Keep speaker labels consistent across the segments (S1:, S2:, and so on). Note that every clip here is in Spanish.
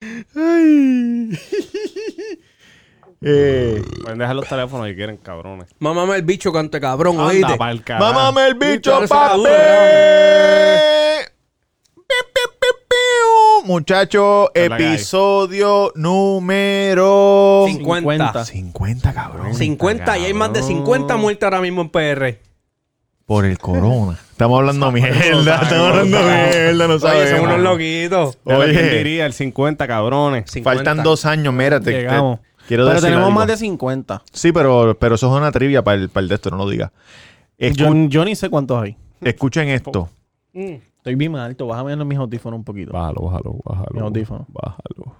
S1: Eh, Pueden dejar los teléfonos si quieren, cabrones.
S2: Mamá el bicho, canto de cabrón,
S1: Anda
S2: Ah, oíste.
S1: pa'l carajo.
S3: ¡Mámame el bicho,
S2: Bicho, esa
S3: papi!
S2: dura,
S3: Pi, pi, pi, piu. Muchachos,
S1: Es la que hay.
S3: episodio número
S2: 50.
S3: 50, cabrón.
S2: 50 y hay más de 50 muertes ahora mismo en PR.
S3: Por el corona. Estamos hablando mierda, estamos hablando mierda, no
S2: Oye, son unos
S3: sabemos.
S2: loquitos.
S1: Ya lo
S3: Oye.
S1: que diría el 50, cabrones?
S2: 50.
S3: Faltan dos años, mira, te- te-
S4: Llegamos.
S3: quiero
S4: Pero
S3: decir
S4: tenemos
S3: algo.
S4: más de 50.
S3: Sí, pero, pero eso es una trivia para el, para el de esto, no lo digas.
S4: Yo, yo ni sé cuántos hay.
S3: Escuchen esto.
S2: Mm.
S4: Estoy bien más alto. Bájame mis audífonos un poquito.
S1: Bájalo, bájalo,
S4: Mis
S1: bájalo.
S4: audífonos.
S1: Bájalo.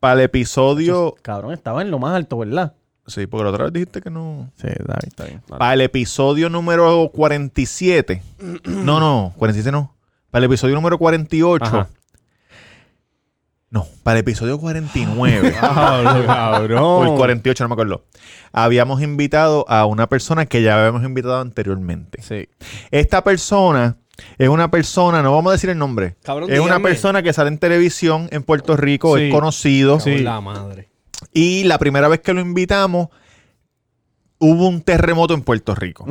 S3: Para el episodio...
S4: Cabrón, estaba en lo más alto, ¿verdad?
S3: Sí, porque la otra vez dijiste que no...
S4: Sí, está bien, está bien.
S3: Para el episodio número 47. no, no, 47 no. Para el episodio número 48.
S1: Ajá.
S3: No, para el episodio 49.
S1: Ah, Bájalo,
S3: o
S1: cabrón.
S3: el 48, no me acuerdo. Habíamos invitado a una persona que ya habíamos invitado anteriormente.
S4: Sí.
S3: Esta persona es una persona, no vamos a decir el nombre.
S2: Cabrón,
S3: es una
S2: díganme.
S3: persona que sale en televisión en Puerto Rico,
S4: Sí.
S3: es conocido.
S2: Cabrón,
S4: Sí.
S2: La madre.
S3: Y la primera vez que lo invitamos, hubo un terremoto en Puerto Rico.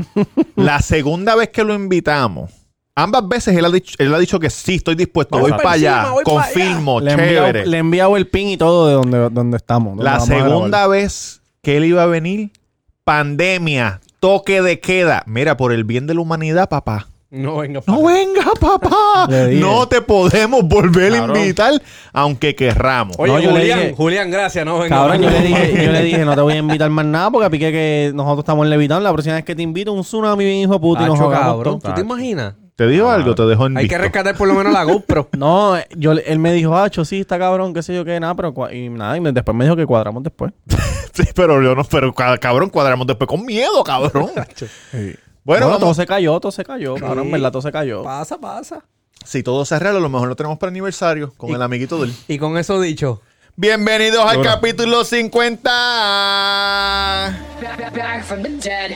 S3: la segunda vez que lo invitamos, ambas veces él ha dicho, él ha dicho que sí, estoy dispuesto,
S1: Vamos
S3: voy
S2: pa'
S3: para allá,
S2: encima, voy pa'
S3: confirmo,
S4: Le he, enviado,
S3: Oh, chévere.
S4: le he enviado el pin y todo de donde, donde estamos. donde
S3: la
S4: vamos a grabar.
S3: segunda vez que él iba a venir, pandemia, toque de queda. Mira, por el bien de la humanidad, papá.
S2: No venga.
S3: No venga, papá.
S4: Le dije.
S3: No te podemos volver
S1: Cabrón.
S3: a invitar, aunque querramos.
S2: Oye,
S4: No, yo le
S2: Julián,
S4: dije-
S2: Julián, gracias. No venga.
S4: Cabrón, yo
S2: más.
S4: le, dije, yo le dije, no te voy a invitar más nada porque piqué que nosotros estamos levitando. La próxima vez que te invito, un tsunami bien hijo de puta y nos
S2: Tacho,
S4: jodamos
S2: cabrón.
S4: todo.
S2: ¿Tú te imaginas?
S3: Te digo algo, te dejo en
S2: Hay que
S3: visto.
S2: rescatar por lo menos la GoPro.
S4: No, eh, yo, le- él me dijo, ah, cho, sí, está cabrón, qué sé yo qué, nada, pero cua- y nada, y me- después me dijo que cuadramos después.
S3: Sí, pero yo no, pero ca- cabrón, cuadramos después con miedo, cabrón.
S4: Bueno,
S3: Bueno, vamos-
S4: todo se cayó, todo se cayó, cabrón,
S2: Sí.
S4: en verdad, todo se cayó.
S2: pasa, pasa.
S3: si todo se arregla, a lo mejor lo tenemos para aniversario con el amiguito del.
S2: Y con eso dicho.
S3: Bienvenidos al capítulo 50.
S5: back, back from the dead.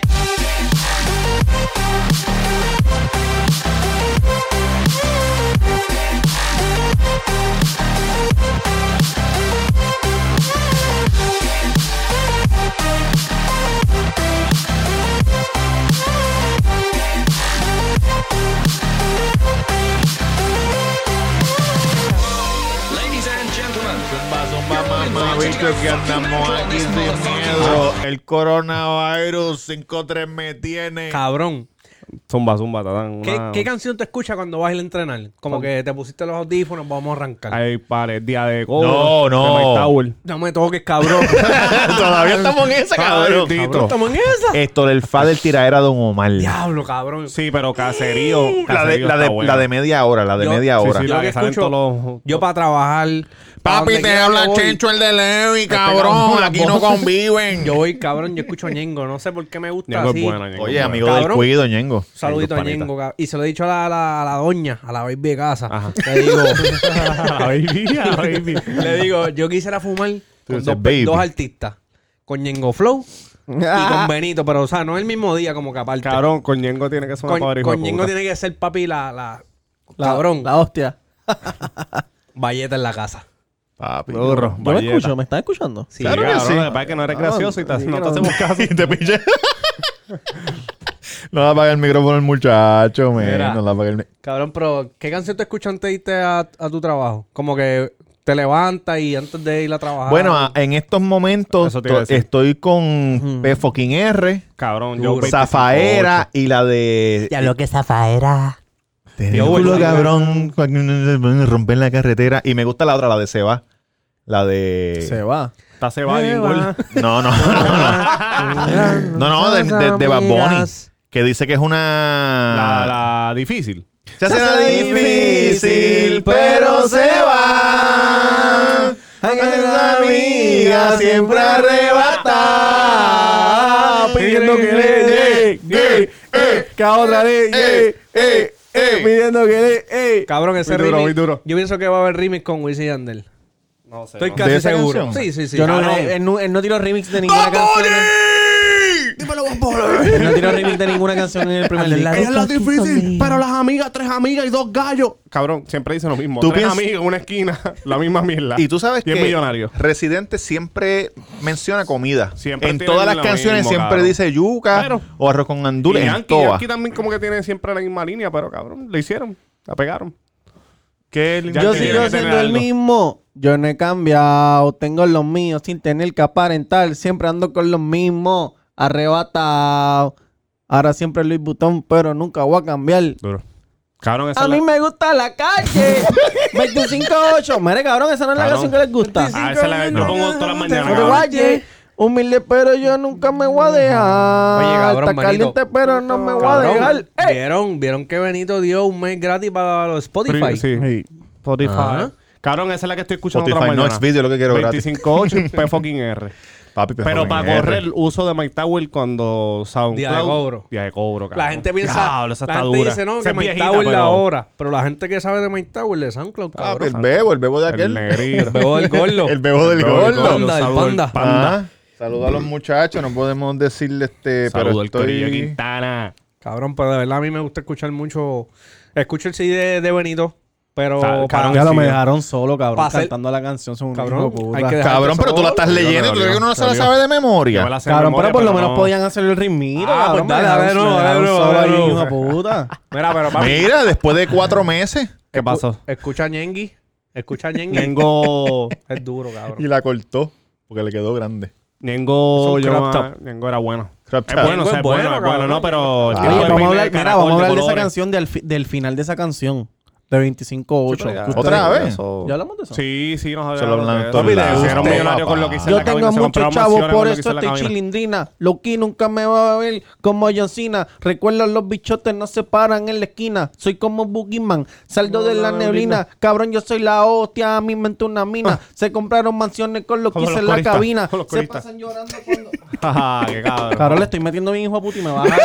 S3: Ah. El coronavirus 53 me tiene.
S2: Cabrón.
S1: Zumba, zumba, tatán.
S2: ¿Qué,
S1: una-
S2: qué canción te escuchas cuando vas a ir a entrenar? Como que te pusiste los audífonos, vamos a arrancar.
S1: Ay, pare, día de cobro.
S3: No, no.
S1: De Mike Tower.
S2: No me toques, cabrón.
S3: Todavía estamos en esa, cabrón.
S1: Ay, Tito.
S2: Cabrón, estamos en esa.
S3: Esto del fa del tiradera Don Omar.
S2: Diablo, cabrón.
S1: Sí, pero caserío.
S3: Uh, La de,
S1: Caserío
S3: la,
S1: está
S3: de,
S1: bueno.
S3: la de media hora, la de
S2: Yo-
S3: media
S1: Sí,
S3: hora.
S1: sí,
S2: Yo
S1: la
S2: que
S1: que saben
S2: escucho-
S1: todos los-
S2: Yo para trabajar. pa' donde
S3: Papi, te
S2: quiera
S3: habla
S2: yo voy,
S3: Chencho el de Levi,
S2: pegamos
S3: cabrón.
S2: las
S3: Aquí no
S2: voces.
S3: conviven.
S2: Yo voy, cabrón, yo escucho a Ñengo. No sé por qué me gusta
S1: Ñengo es
S2: así.
S1: buena, Ñengo
S3: Oye,
S1: es buena.
S3: amigo del
S2: Cabrón.
S3: cuido, Ñengo.
S2: Saludito a
S1: Ñengo es
S2: Ñengo, cabrón. Y se lo he dicho a la, a la- a la doña, a la baby de casa.
S1: Ajá.
S2: Le digo,
S1: baby, baby.
S2: le digo, yo quisiera fumar con
S3: dices,
S2: dos,
S3: "Baby".
S2: dos artistas. Con Ñengo Flow
S4: Ah.
S2: y con Benito. Pero, o sea, no el mismo día como que aparte.
S1: Cabrón, con Ñengo tiene que sonar
S2: con,
S1: para
S2: con Ñengo tiene que ser papi la, la,
S4: La-
S2: cabrón.
S4: La hostia.
S2: Valleta en la casa.
S3: Papi.
S1: Burro,
S4: Yo me escucho, me estás escuchando.
S2: Sí,
S1: claro
S3: cabrón,
S1: que sí.
S3: lo que
S1: Lo que no eres gracioso y
S4: no
S1: no
S4: te
S1: te hacemos caso.
S3: Casi te pillé. no le apaga el micrófono al muchacho, men.
S2: Mira.
S3: No le apaga el mi-
S2: Cabrón, pero ¿qué canción te escuchas antes de irte a, a tu trabajo? Como que te levantas y antes de ir a trabajar.
S3: Bueno, a- en estos momentos
S1: Eso te iba a
S3: to-
S1: decir.
S3: estoy con P fucking R,
S1: Cabrón, yo. 25,
S3: Zafaera y la de.
S6: Ya lo que zafaera.
S3: Tener
S1: Yo,
S3: culo
S1: bueno,
S3: cabrón, romper la carretera. Y me gusta la otra, la de Seba. La de.
S4: Se va.
S1: ocho. Está cebada bien gorda.
S3: No, no, no, no. No, no, de, de, de Bad Bunny. Que dice que es una.
S1: La, la difícil.
S3: Se hace difícil, pero se va.
S1: Ah,
S3: Esa amiga siempre arrebata.
S4: Pidiendo que le llegue. eh, Que a otra le
S3: Eh,
S4: llegue.
S3: eh, eh.
S4: Pidiendo que le eh.
S2: Cabrón, ese
S1: Muy duro,
S2: remix-
S1: muy duro.
S2: Yo pienso que va a haber remix con Wisin y Yandel.
S1: No sé.
S2: Estoy
S1: no.
S2: casi
S3: esa
S2: seguro.
S3: canción?
S2: Sí, sí, sí.
S4: Yo no, no,
S2: Cabrón.
S4: él no, él no tiró remix de ninguna canción.
S3: ¡Bunny!
S5: Él No tiene remix de ninguna canción en el primer disco.
S1: Es la difícil, pero las amigas, tres amigas y dos gallos. Cabrón, siempre dicen lo mismo.
S3: Tú
S1: Tres
S3: piensas-
S1: amigas, una esquina, la misma mierda.
S3: Y tú sabes
S1: Y es
S3: que
S1: millonario.
S3: Residente siempre menciona comida.
S1: Siempre
S3: en
S1: tiene
S3: todas las
S1: lo
S3: canciones
S1: mismo,
S3: siempre
S1: cabrón.
S3: dice yuca
S1: Claro.
S3: o arroz con
S1: Y
S3: gandules. en
S1: Yankee,
S3: todas.
S1: Yankee también como que tiene siempre la misma línea, pero cabrón, lo hicieron, la pegaron.
S3: Qué lindo.
S1: Ya
S5: Yo
S1: tiene que
S5: sigo
S1: tener
S5: siendo el
S1: algo.
S5: mismo. Yo no he cambiado. Tengo los míos sin tener que aparentar. Siempre ando con los mismos. Arrebatado. Ahora siempre Luis Butón, pero nunca voy a cambiar.
S1: Duro. Cabrón, esa
S5: A
S1: es la-
S5: mí me gusta la calle. 258. Mire, cabrón, esa no es la
S1: Cabrón.
S5: canción que les gusta.
S1: Ah, esa la yo pongo todas las mañanas.
S5: No te
S1: cabrón.
S5: vayas. Humilde, pero yo nunca me voy a dejar.
S2: Oye, cabrón,
S5: Ah, Está
S2: manito.
S5: caliente, Este, pero no me voy a
S2: Cabrón,
S5: dejar. ¡Ey!
S2: ¿Vieron, vieron que Benito dio un mes gratis para los Spotify.
S1: Sí.
S5: Spotify.
S1: Ajá. Cabrón, esa es la que estoy escuchando
S3: Spotify,
S1: otra
S3: no,
S1: mañana.
S3: Xvideo es lo que quiero gratis.
S1: 25.8 y P fucking R.
S3: Papi, pues,
S1: Pero
S3: joven,
S1: para
S3: R.
S1: correr uso de Mike Tower cuando SoundCloud...
S2: Día de cobro.
S1: Día de cobro, cabrón.
S2: La gente piensa,
S1: Diablo, esa
S2: la
S1: está
S2: gente
S1: dura.
S2: dice no,
S1: Esa
S2: que
S1: es
S2: Mike
S1: viejita,
S2: Tower la
S1: pero-
S2: hora, pero la gente que sabe de Mike Tower le SoundCloud,
S3: Papi,
S2: cabrón.
S3: el bebo, el bebo de
S1: El
S3: aquel.
S1: negrito.
S2: bebo del gordo.
S3: El bebo del
S1: El bebo del
S3: gordo.
S1: gordo.
S2: panda, el
S1: Saludos,
S2: panda.
S1: pa- Panda.
S3: Ah, Saluda a los muchachos, no podemos decirle este,
S1: Saludo
S3: pero
S1: al Corillo
S3: estoy
S1: Quintana.
S2: Cabrón, pero de verdad a mí me gusta escuchar mucho. Escucho el CD de, de Benito, pero.
S1: Sa-
S2: para-
S1: cabrón,
S5: Ya lo me
S1: Sí.
S5: dejaron solo, cabrón,
S2: Pa' hacer-
S5: cantando la canción. Son un
S2: Cabrón,
S5: hijo de puta.
S2: hay que dejar-
S3: Cabrón, pero tú la estás
S1: Yo me
S3: leyendo, tú
S1: dolió,
S3: crees que uno no se la
S1: dolió.
S3: sabe de memoria.
S1: Yo me la sé de
S5: Cabrón,
S1: memoria,
S5: pero por lo
S1: pero
S5: menos
S1: no.
S5: podían hacer el ritmiro.
S2: Ah,
S5: cabrón,
S2: pues dale,
S5: me
S2: dale,
S5: dejaron-
S2: no,
S5: me
S2: dale,
S5: dejaron
S2: no,
S5: solo
S2: dale,
S5: ahí,
S2: no.
S5: hijo de puta.
S2: Mira, pero papi,
S3: Mira, después de cuatro meses
S1: ¿Qué
S2: escu-
S1: pasó?
S2: Escucha a Ñengui. Escucha a Ñengui.
S1: Ñengo...
S2: es duro, cabrón.
S3: y la cortó porque le quedó grande.
S1: Ñengo...
S2: Es un
S1: yo
S2: crop
S1: no-
S2: top.
S1: Ñengo era bueno.
S3: Crop
S1: Es
S3: top.
S1: bueno, o sea, es
S2: Ñengo es
S1: bueno, es
S2: bueno,
S1: bueno, no, pero... el
S3: Ah.
S1: tipo
S5: Oye,
S1: de
S5: vamos a
S1: peinado,
S5: hablar,
S1: caracol,
S5: mira, vamos a hablar de esa
S1: colores.
S5: canción, del, fi- del final de esa canción, de 25-8.
S3: ¿Otra vez?
S5: ¿Ya hablamos de eso?
S1: Sí, sí, nos
S3: Se lo hablan
S1: hablamos.
S3: en todos
S1: Papi, le
S3: lados.
S1: hicieron
S3: Usted,
S1: millonario
S3: papá.
S1: con lo que hice en
S5: Yo
S1: Ah, la cabina,
S5: tengo
S1: se
S5: muchos
S1: compraron
S5: chavos,
S1: mansiones con lo
S5: por
S1: que hice
S5: eso
S1: en la
S5: estoy
S1: cabina.
S5: chilindrina. Loki nunca me va a ver como John Cena. Recuerda, los bichotes no se paran en la esquina. Soy como Boogeyman, saldo de la neblina. Cabrón, yo soy la hostia, a mí me entró una mina. Se compraron mansiones con Loki
S1: Ah. Como los
S5: en la
S1: coristas,
S5: cabina.
S1: como los
S5: Se
S1: coristas.
S5: pasan llorando cuando...
S1: Ajá, qué cabrón.
S5: Cabrón, le estoy metiendo bien hijo a puta y me va a dar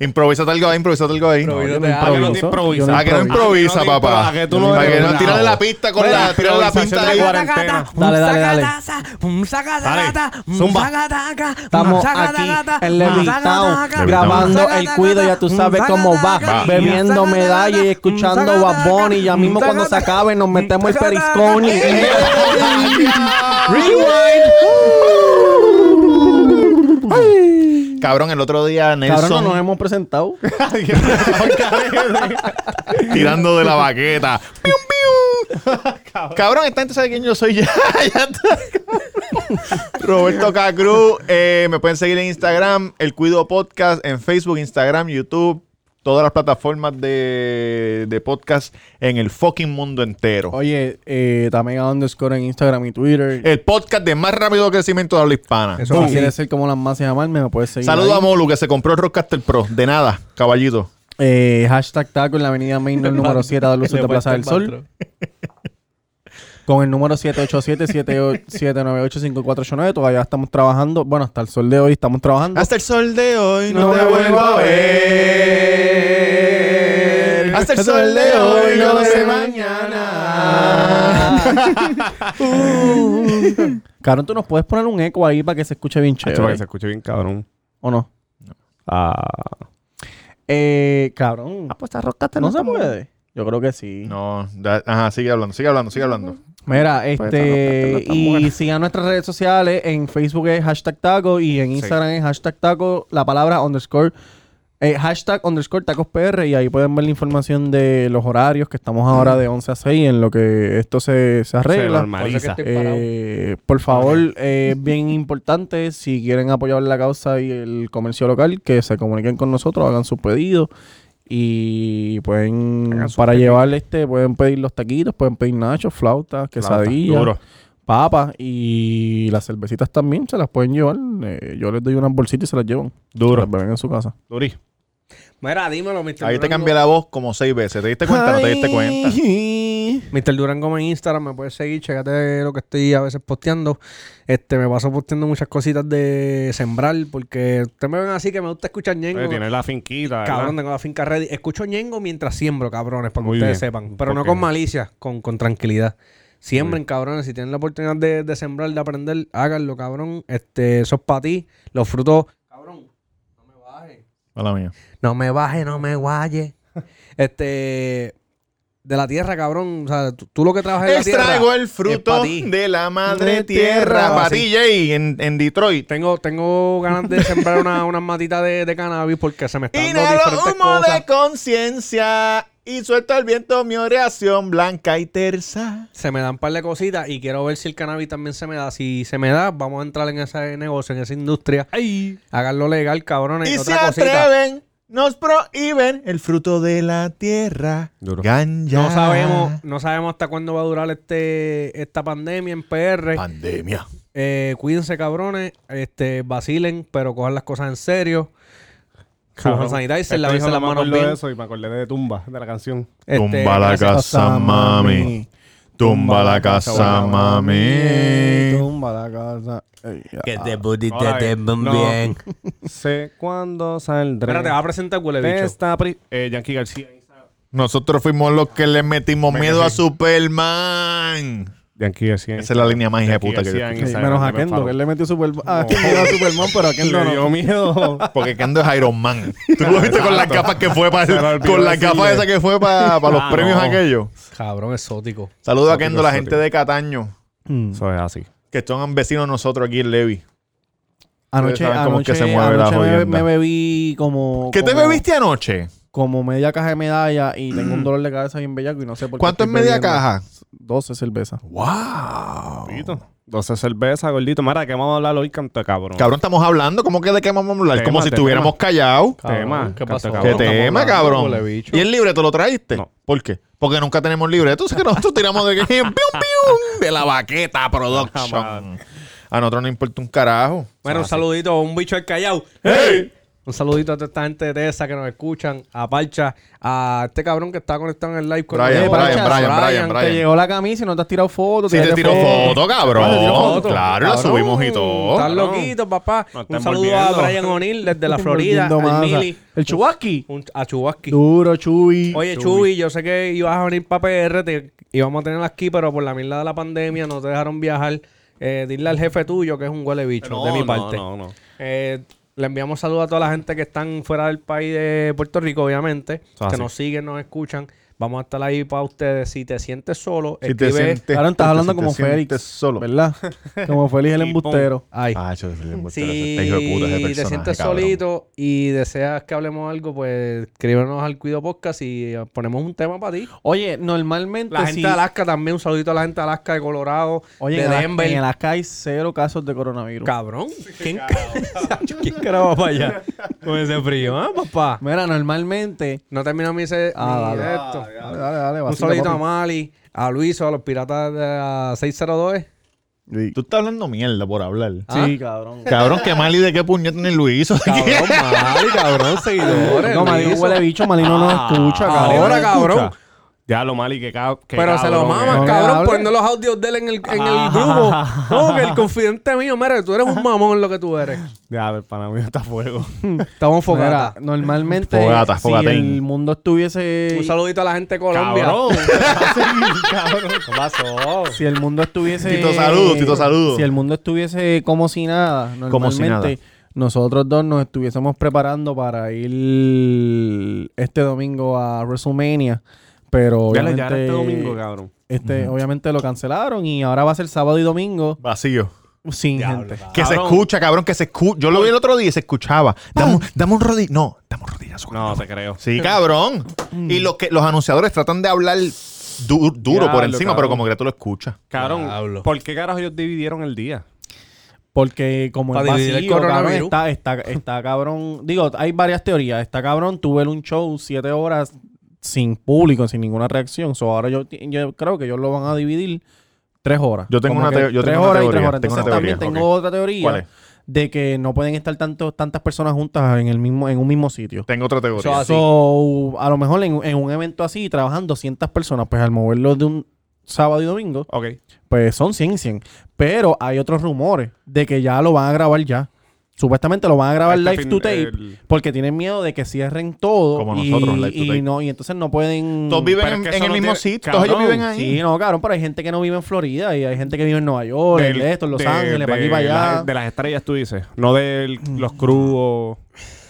S3: Improvisate algo ahí, improvisate algo ahí.
S2: Improvisate
S3: No, yo no
S2: algo.
S1: ¿A que no
S3: improviso.
S1: te improvisas?
S3: ¿A que no improvisa,
S1: ¿A que no te
S3: papá?
S1: impro- a que tú no
S3: ¿A que
S1: eres
S3: no
S1: bravo?
S3: tiran la pista con la
S1: Mira,
S3: tiran la
S1: improvisación
S3: pista
S1: de
S3: ahí?
S1: cuarentena.
S5: Dale, dale, dale.
S1: Zumba.
S5: Estamos aquí en Levittown grabando el cuido, ya tú sabes cómo va.
S3: Va.
S5: Bebiendo medalla y escuchando Bad Bunny. Ya mismo cuando se acabe nos metemos el perisconi.
S3: Cabrón, el otro día
S5: Cabrón, no nos
S3: Nelson
S5: hemos presentado.
S3: tirando de la baqueta. Piu, piu. Cabrón, esta gente sabe quién yo soy ya. Ya está, cabrón. Roberto Cacruz, eh, me pueden seguir en Instagram, El Cuido Podcast, en Facebook, Instagram, YouTube, todas las plataformas de, de podcast en el fucking mundo entero.
S5: Oye, eh, también a underscore en Instagram y Twitter.
S3: El podcast de más rápido crecimiento de habla hispana.
S2: Eso
S5: Si
S2: es así.
S5: quieres ser como las más y llamarme, me puedes seguir.
S3: Saludo
S5: ahí.
S3: a Molu que se compró el Rockcaster Pro. De nada, caballito.
S5: Eh, hashtag taco en la avenida Main, el número 7 de Luces de Plaza del Sol. Con el número 787-798-5489. Todavía estamos trabajando. Bueno, hasta el sol de hoy estamos trabajando.
S3: Hasta el sol de hoy
S5: no te vuelvo a
S3: ver. Hasta el sol de hoy no lo sé mañana.
S5: Uh. Cabrón, tú nos puedes poner un eco ahí para que se escuche bien
S1: Chacho, para que
S5: chévere.
S1: se escuche bien, cabrón.
S5: ¿O no?
S1: Ah,
S5: Eh, cabrón.
S1: pues arrócate,
S5: No se puede. Yo creo que sí.
S3: No, da- ajá, sigue hablando, sigue hablando, sigue hablando.
S5: Mira,
S1: esta no-
S5: este.
S1: esta no está
S5: Y
S1: buena.
S5: sigan nuestras redes sociales. En Facebook es hashtag taco y en Instagram es hashtag taco. La palabra underscore. eh, hashtag underscore tacos PR. Y ahí pueden ver la información de los horarios que estamos ahora de 11 a 6 en lo que esto se, se
S1: se
S5: arregla.
S1: normaliza.
S2: Por eso que
S5: Eh, por favor, eh, es bien importante, si quieren apoyar la causa y el comercio local, que se comuniquen con nosotros, hagan sus pedidos y pueden,
S1: Hagan sus
S5: para
S1: pedidos.
S5: llevar este, pueden pedir los taquitos, pueden pedir nachos, flautas, quesadillas,
S1: Duro.
S5: papas y las cervecitas también se las pueden llevar. Eh, yo les doy unas bolsitas y se las llevan.
S1: Duro.
S5: Se las beben en su casa.
S1: Duri.
S2: Mira, dímelo, Mr.
S3: Ahí te
S2: Durango.
S3: cambié la voz como seis veces. ¿Te diste cuenta? No te diste cuenta.
S5: Ay.
S2: Mr. Durango en Instagram, me puedes seguir, checate lo que estoy a veces posteando. Este, me paso posteando muchas cositas de sembrar, porque ustedes me ven así que me gusta escuchar ñengo.
S1: Oye, Tienes la finquita. ¿verdad?
S2: Cabrón, tengo la finca ready. Escucho ñengo mientras siembro, cabrones, para que
S1: Muy
S2: ustedes
S1: bien.
S2: sepan. Pero no
S1: Porque-
S2: con malicia, con, con tranquilidad. Siembren, cabrones. Si tienen la oportunidad de, de sembrar, de aprender, háganlo, cabrón. Este, eso es para ti. Los frutos. Cabrón, no me bajes.
S3: Hola mía.
S2: No me baje, no me guaye. Este. De la tierra, cabrón. O sea, tú, tú lo que trabajas en la tierra.
S3: Extraigo el
S2: es
S3: fruto
S2: pa' ti.
S3: de la
S2: De
S3: madre
S2: tierra,
S3: tierra. Para
S2: así.
S3: ti, Jay, en, en Detroit.
S2: Tengo, tengo ganas de sembrar una- unas matitas de, de cannabis porque se me están dando
S3: Inhalo
S2: diferentes
S3: humo
S2: cosas.
S3: de conciencia y suelto al viento mi oración blanca y tersa.
S2: Se me dan un par de cositas y quiero ver si el cannabis también se me da. Si se me da, vamos a entrar en ese negocio, en esa industria. Háganlo legal, cabrones.
S3: Y se
S2: otra cosita.
S3: atreven, nos prohíben el fruto de la tierra.
S1: Duro.
S3: Ganja.
S2: No sabemos, no sabemos hasta cuándo va a durar este, esta pandemia en PR.
S3: Pandemia.
S2: Eh, cuídense, cabrones. Este, vacilen, pero cojan las cosas en serio. Cojan sanitizer,
S1: Este hijo
S2: lávense
S1: no
S2: las
S1: me
S2: manos
S1: acuerdo de
S2: bien.
S1: eso y me acordé de Tumba, de la canción.
S2: Este,
S3: Tumba la
S2: gracias.
S3: casa, mami. Tumba la casa, mami.
S1: Tumba la casa. Ey,
S5: Que
S1: ah.
S5: te pudiste
S1: Hola,
S5: te
S1: eh. No.
S5: bien.
S1: Sé cuándo saldré.
S2: Espérate, va a presentar huele
S1: de
S2: bicho.
S1: esta pri- eh, Yankee García.
S3: Nosotros fuimos los que le metimos miedo a Superman.
S1: Yankee García.
S3: Esa es la línea más hija de
S1: Yankee
S3: puta que yo
S1: García en
S3: escuché.
S1: Instagram,
S4: Menos
S1: me
S4: a Kendo,
S1: follow.
S4: que él le metió super... Ah,
S1: No.
S4: que le dio a Superman, pero a Kendo
S1: Le
S4: no.
S1: dio miedo.
S3: Porque Kendo es Iron Man. Tú lo viste con las gafas que fue
S1: Se lo
S3: para
S1: olvidó
S3: con las gafas
S1: decirle.
S3: esas que fue para para los
S1: Ah,
S3: premios
S1: no.
S3: aquellos.
S2: Cabrón exótico.
S3: Saludo a
S1: Exótico,
S3: Kendo, la gente
S1: exótico.
S3: de Cataño,
S5: Mm.
S1: Eso es así.
S3: que son vecinos nosotros aquí en Levi.
S5: Anoche,
S3: saben cómo es
S5: anoche,
S3: que se mueve la
S5: anoche me,
S3: jodienda.
S5: me bebí como...
S3: ¿Qué te
S5: como-
S3: bebiste anoche?
S5: Como media caja de medalla y tengo un dolor de cabeza bien bellaco y no sé por qué.
S3: ¿Cuánto es
S5: estoy
S3: media
S5: bebiendo.
S3: caja?
S5: 12 cervezas.
S3: ¡Wow!
S1: Pito. 12 cervezas, gordito. Mira, ¿qué vamos a hablar hoy, canto de cabrón?
S3: Cabrón, estamos hablando. ¿Cómo que de qué vamos a hablar?
S1: Tema,
S3: Como si
S1: tema.
S3: estuviéramos callados.
S1: Tema, canto
S2: ¿Qué
S1: de
S2: pasó?
S3: ¿Qué
S1: cabrón.
S2: te-
S3: tema,
S2: hablando,
S3: cabrón?
S2: huele bicho.
S3: ¿Y el libreto lo trajiste?
S1: No.
S3: ¿Por qué? Porque nunca tenemos libreto. Es que nosotros tiramos de, ¡Pium, pium! de la baqueta production. A nosotros no importa un carajo.
S2: Bueno, un saludito a un bicho del Callao. Un saludito a toda esta gente de esa que nos escuchan, a Parcha, a este cabrón que está conectado en el live con
S3: Brian,
S2: nosotros.
S3: Brian,
S2: Parcha,
S3: Brian, Brian, Brian.
S5: Te llegó la camisa y no te has tirado fotos.
S3: Si te tiró foto,
S2: Ah, le tiró
S3: cabrón.
S2: foto.
S3: Claro, la
S2: Cabrón,
S3: subimos y todo.
S2: Están loquitos, papá.
S1: No está
S2: un saludo a
S1: envolviendo.
S2: Brian O'Neill desde la Florida, al Mili,
S5: El Chubasqui.
S2: un- a Chubasqui.
S5: Duro, Chuy.
S2: Oye, Chubi, yo sé que ibas a venir para PR, te íbamos a tener aquí, pero por la mierda de la pandemia no te dejaron viajar. Eh, dile al jefe tuyo que es un huele bicho, de mi parte.
S1: No, no, no.
S2: Eh, le enviamos saludos a toda la gente que están fuera del país de Puerto Rico, obviamente.
S1: Ah,
S2: que
S1: sí.
S2: nos siguen, nos escuchan. Vamos a estar ahí para ustedes. Si te sientes solo,
S3: Si te
S2: escribe.
S3: sientes-
S5: Ahora estás
S3: si
S5: hablando
S3: te
S5: como
S3: sientes
S5: Félix.
S3: solo.
S5: ¿Verdad? Como Félix el embustero.
S2: Ay.
S3: Ah, yo te embustero,
S2: Si
S3: ese hijo de puta, ese
S2: te
S3: personaje,
S2: sientes
S3: cabrón.
S2: solito y deseas que hablemos algo, pues escríbenos al Cuido Podcast y eh, ponemos un tema para ti.
S5: Oye, normalmente
S2: La gente
S5: si-
S2: de Alaska también, un saludito a la gente de Alaska, de Colorado,
S5: Oye,
S2: de
S5: en, Alaska-
S2: Denver.
S5: en Alaska hay cero casos de coronavirus.
S2: Cabrón, ¿quién, ¿quién graba para allá con ese frío? ¿Ah, papá?
S5: Mira, normalmente...
S2: No terminó mi, se-
S5: Ah,
S2: mi
S5: dale.
S2: esto.
S5: Dale, dale, dale.
S2: Un
S5: vacila,
S2: saludito a
S5: papi.
S2: Mali, a Luiso, a los piratas de la 602.
S3: Tú estás hablando mierda por hablar.
S2: Ah.
S5: Sí, cabrón.
S3: Cabrón, que mal y de qué puñet tiene Luis.
S2: Cabrón, Mali, cabrón, seguidores.
S5: No, Malino
S2: Luiso.
S5: huele bicho, Malino no
S2: Ah,
S5: nos escucha, cabrón.
S2: Ahora, cabrón.
S1: Ya lo mal y que, ca- que
S2: Pero se
S1: cabrón,
S2: lo maman,
S1: eh.
S5: No le
S2: cabrón,
S5: hable.
S2: poniendo los audios de él en el, en el grupo. No, que el confidente mío, mire, tú eres un mamón lo que tú eres.
S1: Ya, el pana mío está a fuego.
S2: Estamos
S5: Mira,
S2: focados.
S5: normalmente
S3: Fogata,
S5: si
S3: fogatín.
S5: el mundo estuviese
S2: Un saludito a la gente de Colombia.
S1: Cabrón.
S2: ¿Qué pasó?
S5: si el mundo estuviese
S3: Tito, saludo, Tito, saludo.
S5: Si el mundo estuviese como si nada, normalmente
S3: Como si nada.
S5: nosotros dos nos estuviésemos preparando para ir este domingo a WrestleMania, pero
S1: Ya le
S5: obviamente
S1: llegará este domingo, cabrón.
S5: este, obviamente lo cancelaron y ahora va a ser sábado y domingo
S3: Vacío.
S5: sin gente.
S3: Que se escucha, cabrón, que se escucha. Yo lo vi el otro día y se escuchaba.
S2: Ah.
S3: Dame, un- dame un rodillo. No, dame un rodillazo. cabrón.
S1: No, te creo.
S3: Sí, cabrón.
S1: Mm.
S3: y los, que, los anunciadores tratan de hablar du- duro
S1: Diablo,
S3: por encima, pero
S1: cabrón.
S3: como que tú lo escuchas.
S1: Cabrón,
S2: Diablo.
S1: ¿por qué carajo ellos dividieron el día?
S5: Porque como el
S2: Para dividir
S5: vacío,
S2: el
S5: cabrón,
S2: coronavirus.
S5: está, está, está cabrón. Digo, hay varias teorías. Está cabrón, tuve un show siete horas sin público, sin ninguna reacción. So, ahora yo, yo creo que ellos lo van a dividir tres horas.
S3: Yo tengo
S5: Como
S3: una
S5: que
S3: teo- yo
S5: tres
S3: tengo una
S5: horas y
S3: teoría,
S5: tres horas.
S3: tengo una
S5: Entonces también
S3: teoría,
S5: tengo
S3: ok.
S5: otra teoría
S3: ¿Cuál es?
S5: de que no pueden estar tanto, tantas personas juntas en el mismo, en un mismo sitio.
S3: Tengo otra teoría.
S2: Eso así.
S5: So, a lo mejor en, en un evento así, trabajan 200 personas, pues al moverlo de un sábado y domingo,
S1: Ok.
S5: pues son 100 y 100. Pero hay otros rumores de que ya lo van a grabar ya. Supuestamente lo van a grabar
S1: Este
S5: live
S1: fin-
S5: to tape
S1: el-
S5: porque tienen miedo de que cierren todo.
S3: Como
S5: y,
S3: nosotros, live to
S5: y
S3: tape.
S5: no, y entonces no pueden.
S3: Todos viven
S1: Mm, pero es
S3: en,
S1: que
S3: en
S1: eso
S3: el
S1: no
S3: mismo
S1: tiene-
S3: sitio. Todos ellos
S1: cabrón,
S3: viven ahí.
S5: Sí, no, cabrón, pero hay gente que no vive en Florida y hay gente que vive en Nueva York, en esto, en Los
S1: de-
S5: Ángeles, para aquí,
S1: de
S5: para allá. Mm.
S1: las- de las estrellas, tú dices. No de los crudos.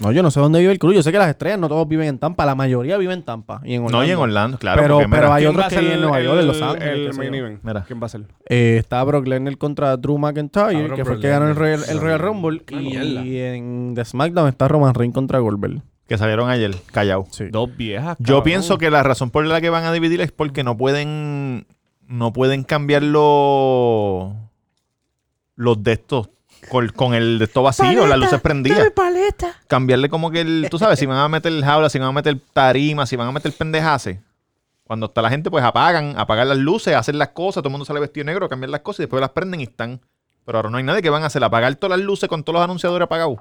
S5: No, yo no sé dónde vive el cruz. Yo sé que las estrellas no todos viven en Tampa. La mayoría vive en Tampa y en Orlando.
S3: No, y en Orlando, claro.
S5: Pero-
S3: porque,
S5: pero
S3: mira,
S5: hay
S1: ¿Quién
S5: otros
S1: va a
S5: que
S1: ser
S5: viven en Nueva York, en Los Ángeles, qué
S1: El
S5: sé
S1: main
S5: yo.
S1: event.
S3: Mira.
S1: ¿Quién va a ser?
S5: Eh, estaba Brock Lesnar contra Drew McIntyre,
S2: Cabrón,
S5: que fue el
S2: Brock
S5: que ganó el
S2: Lesnar.
S5: Royal, el Royal Rumble. Y,
S2: mierda.
S5: en The SmackDown está Roman Reigns contra Goldberg.
S3: que salieron ayer, callao.
S1: Dos viejas.
S3: Yo
S1: cabrón.
S3: pienso que la razón por la que van a dividir es porque no pueden no pueden cambiar los los de estos con, con el de estos vacío, las luces prendidas. Cambiarle como que el, tú sabes, si van a meter jaula, si van a meter tarima, si van a meter pendejase. Cuando está la gente, pues apagan, apagan las luces, hacen las cosas, todo el mundo sale vestido de negro, cambian las cosas y después las prenden y están. Pero ahora no hay nadie que van a hacer, apagar todas las luces con todos los anunciadores apagados.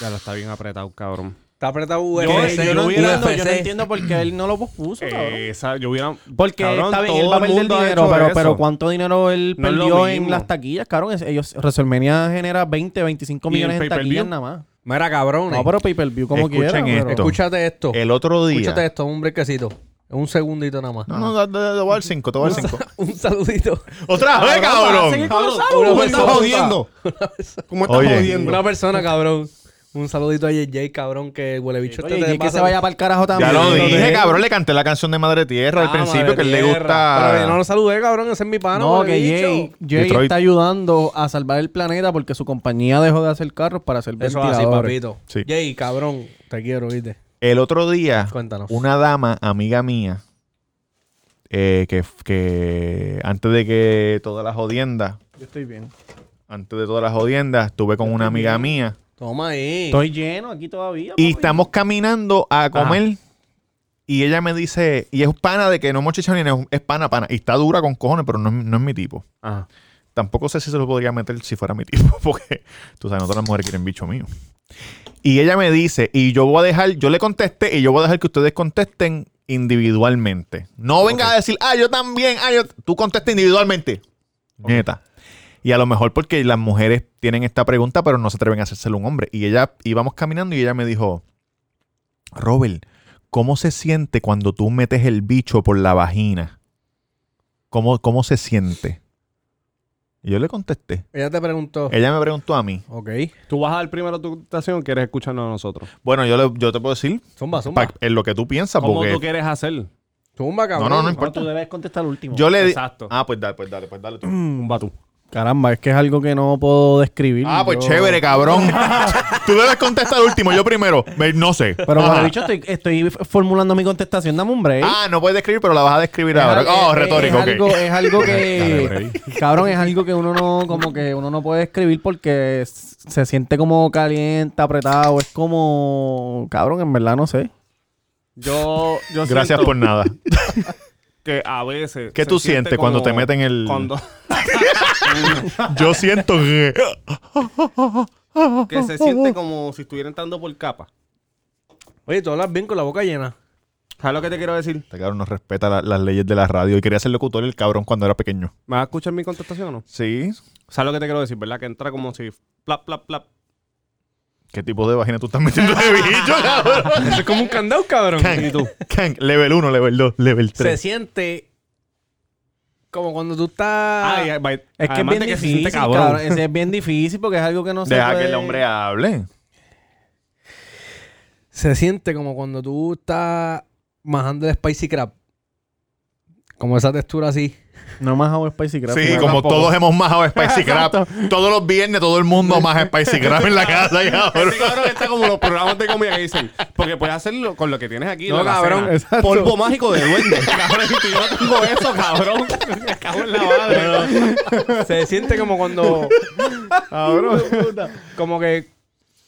S1: Ya lo está bien apretado, cabrón.
S2: Está apretado UFC.
S5: Yo, yo no
S2: UFC.
S5: entiendo, yo no entiendo por qué él no lo pospuso, cabrón.
S1: Esa, yo hubiera.
S5: Eh, Porque
S1: Cabrón,
S5: está bien, él
S1: todo
S5: va a
S1: el
S5: perder
S1: mundo ha
S5: dinero,
S1: hecho
S5: pero,
S1: eso.
S5: pero ¿cuánto dinero él
S1: No es lo
S5: perdió
S1: mismo.
S5: en las taquillas? Cabrón, Es- ellos, WrestleMania genera 20, 25
S1: ¿Y
S5: millones
S1: el
S5: en
S1: pay-per-view?
S5: taquillas nada más.
S2: Mira, cabrón.
S5: No, pero pay-per-view como
S3: Escuchen
S5: quieran. pero-
S3: esto.
S2: Escúchate esto.
S3: El otro día.
S2: Escúchate esto, un brequecito. Un segundito nada más.
S3: No, no, da- da- da- voy al 5, te voy al 5.
S2: Un saludito.
S3: ¡Otra vez, cabrón!
S1: ¿Cómo
S2: Una
S1: estás
S2: persona-
S1: jodiendo? ¿Cómo estás
S3: Oye.
S1: jodiendo?
S2: Una persona, cabrón. Un saludito a JJ, cabrón, que el huele bicho
S5: Oye,
S2: este te
S5: y que
S2: pasa-
S5: se vaya para el carajo también.
S3: Ya lo
S5: No te-
S3: dije, cabrón. Le canté la canción de Madre Tierra al
S2: Ah,
S3: principio
S2: madre
S3: que él le
S2: tierra. Pero yo no
S3: gusta.
S2: lo saludé, cabrón, ese es mi pana.
S5: No,
S2: huele
S5: que
S2: bicho.
S5: Jay, Jay
S3: Detroit.
S5: está ayudando a salvar el planeta porque su compañía dejó de hacer carros para hacer
S2: Eso es así,
S5: ventiladores.
S2: papito.
S3: Sí.
S2: Jay, cabrón, te quiero, viste.
S3: El otro día,
S2: Cuéntanos.
S3: una dama, amiga mía, eh, que, que antes de que toda la jodienda,
S5: Yo estoy bien.
S3: antes de toda la jodienda, estuve con una amiga mía
S2: Toma ahí.
S5: Estoy lleno aquí todavía.
S3: y
S5: papi.
S3: estamos caminando a comer. Y ella me dice, y es pana de que no hemos chichado ni nada, es pana, pana. Y está dura con cojones, pero no es, no es mi tipo.
S1: Ajá.
S3: Tampoco sé si se lo podría meter si fuera mi tipo, porque tú sabes, no todas las mujeres quieren bicho mío. Y ella me dice, y yo voy a dejar, yo le contesté, y yo voy a dejar que ustedes contesten individualmente. No venga a decir, ah, yo también, ah, yo. Tú contesta individualmente. Neta. Y a lo mejor porque las mujeres tienen esta pregunta, pero no se atreven a hacérselo a un hombre. Y ella, íbamos caminando y ella me dijo, Robert, ¿cómo se siente cuando tú metes el bicho por la vagina? ¿Cómo, cómo se siente? Y yo le contesté.
S2: Ella te preguntó.
S3: Ella me preguntó a mí.
S2: Ok.
S1: ¿Tú vas a dar primero tu contestación o quieres escucharnos a nosotros?
S3: Bueno, yo, le- yo te puedo decir
S2: Zumba, zumba.
S3: pa- en lo que tú piensas,
S1: ¿Cómo
S3: Ah, porque
S1: tú quieres hacer?
S2: Zumba, cabrón.
S3: No, no, no
S5: No, tú debes contestar último.
S3: yo le di...
S1: Exacto.
S3: Ah, pues dale, pues dale, pues dale tú.
S1: Un batú.
S5: Mm, Caramba, es que es algo que no puedo describir.
S3: Ah, pues
S5: Yo-
S3: chévere, cabrón. tú debes contestar último, yo primero. Me- no sé.
S5: Pero
S3: Ajá.
S5: como he dicho, estoy, estoy formulando mi contestación. Dame un break.
S3: Ah, no puedes describir, pero la vas a describir ahora.
S5: Es-
S3: oh,
S5: es-
S3: retórico,
S5: es
S3: ok.
S5: algo, es algo que
S1: Dale,
S5: cabrón es algo que uno no como que uno no puede escribir porque s- se siente como caliente apretado es como cabrón en verdad no sé
S1: Yo, yo
S3: Gracias
S1: siento
S3: por nada.
S1: que a veces.
S3: ¿Qué
S1: se
S3: tú sientes
S1: siente
S3: cuando
S1: como-
S3: te meten el-
S1: Cuando,
S3: Yo siento que...
S1: que se siente como si estuviera entrando por capa.
S2: Oye, tú hablas bien con la boca llena.
S1: ¿Sabes lo que te quiero decir?
S3: Este cabrón no respeta la- las leyes de la radio y quería ser locutor el cabrón cuando era pequeño.
S1: ¿Me vas a escuchar mi contestación o no?
S3: Sí.
S1: ¿Sabes lo que te quiero decir, verdad? Que entra como si. Plap, plap, plap.
S3: ¿Qué tipo de vagina tú estás metiendo de bicho, cabrón?
S2: Eso es como un candado, cabrón.
S3: Can, can, level 1, level 2, level
S2: Se
S3: 3.
S2: siente como cuando tú estás.
S1: Ay, ay, ay.
S5: es que es
S1: Además
S5: bien
S1: de que se
S5: difícil
S1: siente cabrón.
S5: cabrón, ese es bien difícil porque es algo que no se
S3: Deja que
S5: puede-
S3: el hombre hable.
S2: Se siente como cuando tú estás majando el spicy crab. Como esa textura así.
S5: no más hago spicy crab
S3: Sí,
S5: Yo
S3: como
S5: tampoco.
S3: todos hemos majado Spicy Crab. Todos los viernes todo el mundo maja Spicy Crab en la casa, cabrón.
S1: Ese cabrón está como los programas de comida que dicen. Porque puedes hacerlo con lo que tienes aquí.
S2: No,
S1: la
S2: cabrón,
S1: cena.
S2: exacto.
S1: Polvo mágico de duende. cabrón, y tú, yo no tengo eso, cabrón. Me cago en la madre.
S2: Se siente como cuando.
S3: Ah,
S2: como que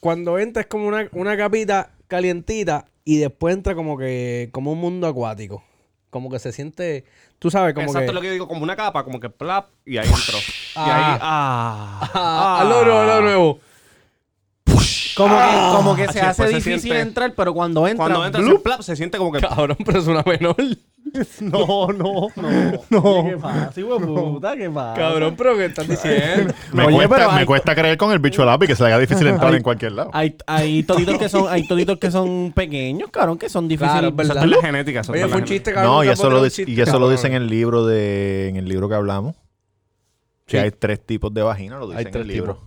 S2: cuando entra es como una, una capita calientita y después entra como que. como un mundo acuático. Como que se siente. Tú sabes, como
S1: Exacto
S2: que.
S1: lo que digo, como una capa, como que plap, y ahí entro. Y ahí, ah.
S2: Ah, hazlo de nuevo, hazlo de nuevo.
S5: como que, como
S3: Ah,
S5: que
S1: Así
S5: se hace
S1: después se
S5: difícil
S1: siente.
S5: entrar pero cuando entra,
S1: Cuando entra ese plap, se siente como que. oh,
S2: Cabrón, pero es una menor.
S5: No, no, no. ¿Qué pasa, hijo de puta? ¿Qué pasa?
S1: Cabrón, pero ¿qué estás diciendo?
S3: Me,
S5: Oye,
S3: cuesta,
S5: pero
S3: me
S5: hay-
S3: cuesta creer con el bicho del lápiz que se le haga difícil entrar en cualquier lado.
S5: Hay, hay toditos que son, hay toditos que son pequeños, cabrón, que son difíciles.
S2: Claro, es
S1: Eso
S2: verdad.
S1: está en la genética. eso está
S2: Oye,
S1: en la
S2: fue un
S1: genética.
S2: chiste, este cabrón.
S3: No, y
S2: te
S3: eso,
S2: puedo
S3: lo,
S2: tirar un
S3: dice-
S2: chiste,
S3: y eso lo
S2: cabrón.
S3: dice en el libro de en el libro que hablamos.
S2: Sí.
S3: Que hay tres tipos de vagina, lo dice
S2: Hay
S3: en
S2: tres
S3: el libro.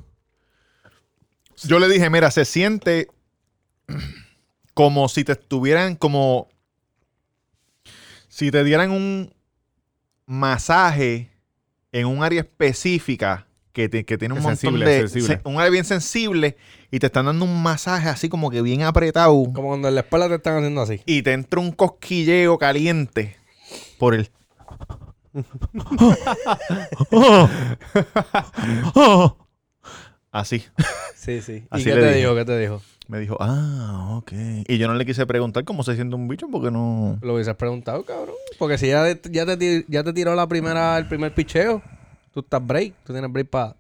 S3: Yo le dije, mira, se siente como si te estuvieran, como si te dieran un masaje en un área específica que, te- que tiene un
S1: Es
S3: montón
S1: sensible,
S3: de...
S1: es sensible.
S3: se- un área bien sensible y te están dando un masaje así como que bien apretado
S2: Como cuando en la espalda te están haciendo así.
S3: y te entra un cosquilleo caliente por el. Así.
S2: Sí, sí. ¿Y
S3: Así
S2: qué
S3: le
S2: te
S3: dije.
S2: dijo? ¿Qué te dijo?
S3: Me dijo, ah, ok. Y yo no le quise preguntar cómo se siente un bicho porque no.
S2: Lo hubieses preguntado, cabrón. Porque si ya, te- ya, te, ti- ya te tiró la primera, el primer picheo, tú estás break. Tú tienes break para...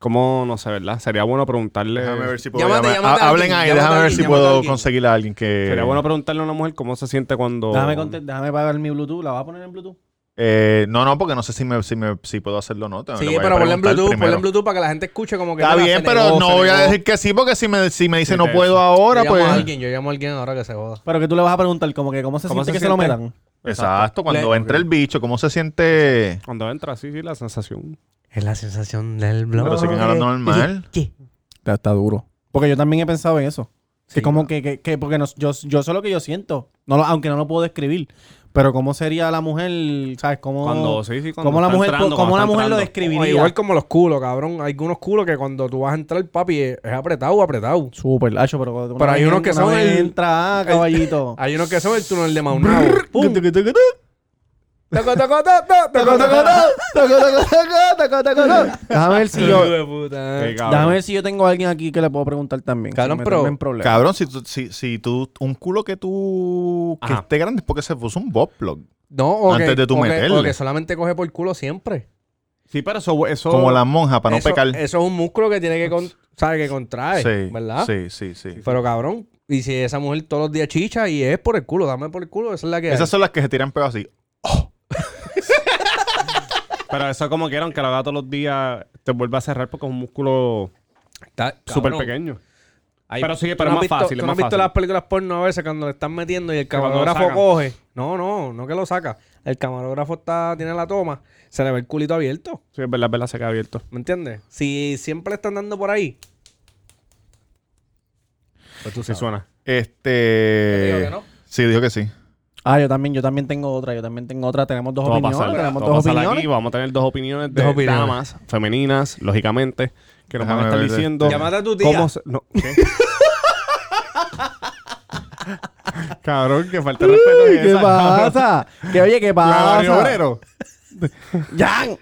S1: ¿Cómo? No sé, ¿verdad? Sería bueno preguntarle...
S3: si
S2: Llámate,
S3: llamar.
S2: llámate
S3: Ha-
S2: a
S3: Hablen
S2: alguien,
S3: ahí,
S2: llámate a
S3: déjame ver
S2: alguien,
S3: si
S2: llámate a
S3: puedo
S2: alguien.
S3: conseguirle a alguien que.
S1: Sería bueno preguntarle a una mujer cómo se siente cuando...
S5: Déjame, conte- déjame pagar mi Bluetooth, la vas a poner en Bluetooth.
S3: Eh, no, no, porque no sé si, me, si, me- si puedo hacerlo o no. Tengo-
S2: Sí,
S3: le voy a
S2: pero ponle en
S3: preguntar
S2: Bluetooth, ponle
S3: primero.
S2: en Bluetooth para que la gente escuche como que...
S3: Está
S2: mira,
S3: bien,
S2: se
S3: pero
S2: negó,
S3: no
S2: se
S3: voy a
S2: negó.
S3: decir que sí, porque si me, si me dice
S1: Sí,
S3: no
S1: te-
S3: puedo ahora,
S2: yo
S3: pues.
S2: Llamo a alguien, yo llamo a alguien ahora que se joda.
S5: Pero que tú le vas a preguntar como que cómo se
S1: ¿Cómo
S5: siente
S1: se
S5: que se lo
S1: siente?
S5: metan.
S3: Exacto, cuando
S1: Le-
S3: entra el bicho, ¿cómo se siente?
S1: Cuando entra, sí, sí, la sensación.
S2: Es la sensación del blog.
S3: Pero siguen hablando normal.
S5: Está, está duro. Porque yo también he pensado en eso.
S2: Sí,
S5: que como que, que, que- porque no- yo, yo sé lo que yo siento, no lo- aunque no lo puedo describir. Pero cómo sería la mujer, ¿sabes? Cómo,
S1: Cuando, sí, sí, cuando
S5: cómo la
S1: está
S5: mujer,
S1: entrando,
S5: cómo
S1: cuando
S5: la
S1: está
S5: mujer lo
S1: entrando.
S5: describiría.
S2: igual como los culos, cabrón. Hay unos culos que cuando tú vas a entrar, papi, es es apretado, apretado.
S5: Súper, hacho, pero, cuando-
S2: Pero
S5: una
S2: hay
S5: vez
S2: unos
S5: en-
S2: que
S5: una
S2: son
S5: vez
S2: el-
S5: entra, ah, caballito.
S2: Hay unos que son el túnel de Maunao. ¡Pum! Toco, toco, toco, toco, toco.
S5: Déjame ver si
S2: Hijo
S5: yo,
S2: de puta.
S1: Sí, cabrón.
S5: déjame ver si yo tengo a alguien aquí que le puedo preguntar también.
S2: Cabrón,
S5: sin
S2: pero-
S5: meterme en problemas.
S3: Cabrón, si tú, si, si tú, un culo que tú, que
S1: Ajá.
S3: esté grande es porque se puso un boblog.
S2: No, o
S3: Antes
S2: que-
S3: de tú
S2: o que-
S3: meterle.
S2: o que solamente coge por culo siempre.
S1: Sí, pero eso... eso
S3: Como la monja, para no
S2: eso,
S3: pecar.
S2: Eso es un músculo que tiene que, con, sabe, que contrae,
S3: sí,
S2: ¿verdad?
S3: sí, sí, sí.
S2: Pero cabrón, y si esa mujer todos los días chicha y es por el culo, dame por el culo, esa es la que
S3: Esas
S2: hay.
S3: son las que se tiran pedo así.
S1: Pero eso como que aunque lo haga todos los días, te vuelve a cerrar porque es un músculo
S2: Está-
S1: súper
S2: cabrón.
S1: pequeño.
S2: Hay-
S1: Pero sí,
S2: ¿tú
S1: pero es más
S2: no has visto-
S1: fácil, es
S2: ¿tú no
S1: más
S2: has visto
S1: fácil.
S2: las películas porno a veces cuando le están metiendo y el
S1: cuando lo
S2: camarógrafo
S1: sacan.
S2: coge? No, no, no que lo saca. El camarógrafo está, tiene la toma, se le ve el culito abierto.
S1: Sí, es verdad, es verdad, se queda abierto.
S2: ¿Me entiendes? Si siempre le están dando por ahí.
S1: Pues tú sí suena.
S3: Este.
S2: dijo que no?
S3: Sí, dijo que sí.
S5: Ah, yo también, yo también tengo otra, yo también tengo otra. Tenemos dos
S1: Todo va a
S5: opiniones,
S1: pasar, ¿verdad?
S5: tenemos
S1: Todo va a
S5: dos
S1: pasar
S5: opiniones.
S1: aquí. Vamos a tener dos opiniones de
S2: Dos opiniones.
S1: damas femeninas, lógicamente, que nos van
S3: Déjame
S1: a estar
S3: ver este.
S1: diciendo...
S2: Llámate a tu tía.
S1: cómo se- no, ¿qué? Cabrón, que falta de respeto
S5: Uy,
S1: es
S5: ¿Qué
S1: esa.
S5: pasa? Que oye, ¿qué
S1: La Barrio
S5: pasa?
S1: Obrero.
S5: ¡Yan!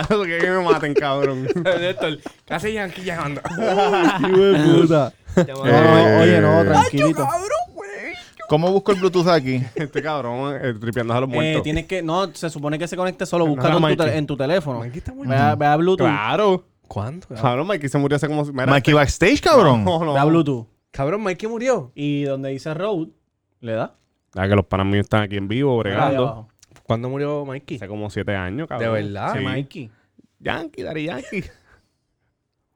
S1: Eso que que me maten, cabrón.
S2: Casi yankee llamando.
S5: Hijo de puta. No, no,
S3: Eh.
S5: oye, no, tranquilito.
S3: ¿Cómo busco el Bluetooth aquí?
S1: Este cabrón eh, tripeando a los
S5: Eh,
S1: muertos.
S5: tienes que, no, se supone que se conecte solo,
S1: la
S5: búscalo en, tu
S1: Mikey.
S5: tel- en tu teléfono.
S2: Mikey está
S5: Ve a, ve a Bluetooth.
S1: Claro.
S2: ¿Cuándo?
S1: Cabrón, Mikey se murió hace como... Mira, este
S3: Mikey Backstage, cabrón.
S1: no, no.
S5: Ve a Bluetooth.
S2: Cabrón, Mikey murió.
S5: Y donde dice Road, le da.
S1: Ah, que los panas míos están aquí en vivo,
S5: Ahí
S1: bregando.
S5: abajo. Ah,
S2: ¿Cuándo murió Mikey?
S1: Hace como siete años, cabrón.
S2: ¿De verdad?
S1: Sí.
S5: Mikey.
S1: Yankee, Dari Yankee.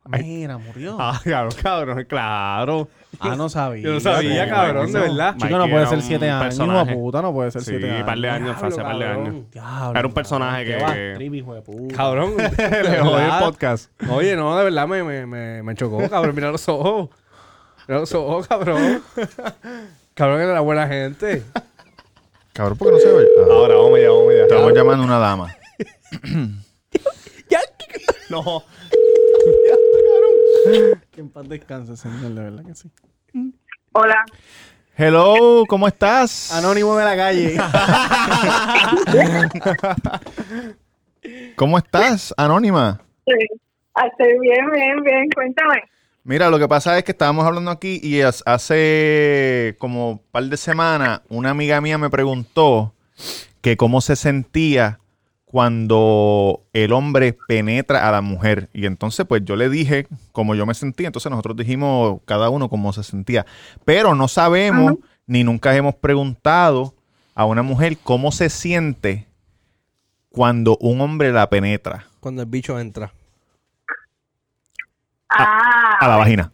S5: Mira, murió.
S1: Ah, claro, cabrón, claro.
S5: Ah, no sabía.
S1: Yo no sabía,
S5: Sí,
S1: cabrón,
S5: Mikey,
S1: de
S5: no.
S1: verdad.
S5: Chico, no
S1: Mikey
S5: puede
S1: era
S5: ser
S1: un
S5: siete años, hijo
S1: personaje.
S5: de puta, no puede ser
S1: Sí,
S5: siete años.
S1: par de años, hace par de
S2: cabrón.
S1: años.
S5: Diablo,
S1: Era un personaje
S5: cabrón,
S1: que-
S5: qué bastripe, hijo de puta.
S2: Cabrón.
S1: Le jodí el podcast.
S2: Oye, no, de verdad me, me, me, me chocó, cabrón. Mira los ojos. Mira los ojos, cabrón. Cabrón, era buena gente.
S3: Cabrón, ¿por qué no se ve? Ah,
S1: Ahora, vamos ya, vamos ya.
S3: estamos llamando a una dama.
S1: No.
S5: Que en paz descanse, señor, de verdad que sí.
S6: Hola,
S3: Hello, ¿cómo estás?
S5: Anónimo de la calle.
S3: ¿Cómo estás, Anónima?
S6: sí. Ah, estoy bien, bien, bien, cuéntame.
S3: Mira, lo que pasa es que estábamos hablando aquí y as- hace como un par de semanas una amiga mía me preguntó que cómo se sentía cuando el hombre penetra a la mujer. Y entonces pues yo le dije cómo yo me sentía, entonces nosotros dijimos cada uno cómo se sentía. Pero no sabemos ni nunca hemos preguntado a una mujer cómo se siente cuando un hombre la penetra
S2: Cuando el bicho entra.
S6: Ah,
S3: a la vagina.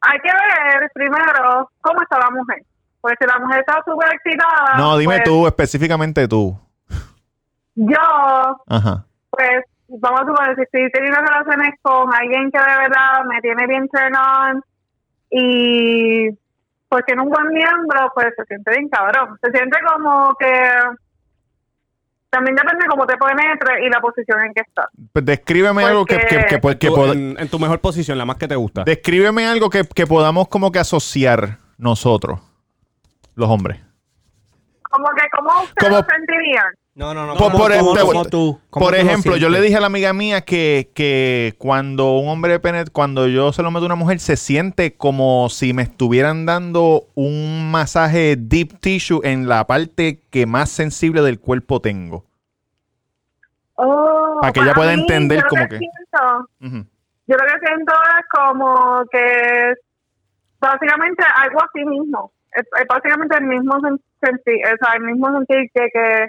S6: hay que ver primero cómo está la mujer. Porque si la mujer está súper excitada.
S3: No, dime
S6: pues,
S3: tú, específicamente tú.
S6: Yo,
S3: Ajá.
S6: pues, vamos a suponer, si estoy teniendo relaciones con alguien que de verdad me tiene bien turn on y pues tiene un buen miembro, pues se siente bien cabrón. Se siente como que. También depende cómo te penetre y la posición en que estás.
S3: Pues Descríbeme algo que,
S6: Porque-
S3: que, que- pues, que
S1: Tú,
S2: eh,
S3: pod-
S1: en, en tu mejor posición, la más que te gusta.
S3: descríbeme algo que, que podamos como que asociar nosotros, los hombres.
S6: Como que, ¿cómo ustedes
S3: Como-
S6: lo sentirían?
S2: No, no, no.
S3: Por-
S2: ¿Cómo-
S3: por
S2: cómo-
S3: este-
S2: cómo tú- cómo
S3: Por
S2: tú lo
S3: ejemplo, yo le
S2: sientes?
S3: dije a la amiga mía que, que cuando un hombre penet- cuando yo se lo meto a una mujer, se siente como si me estuvieran dando un masaje deep tissue en la parte que más sensible del cuerpo tengo.
S6: Oh,
S3: Para que ella pueda
S6: mí,
S3: entender
S6: yo lo
S3: como que-
S6: siento-
S3: Ujú.
S6: yo lo que siento es como que básicamente algo así mismo. Es, es básicamente el mismo sen- sentir, o sea, el mismo sentir que, que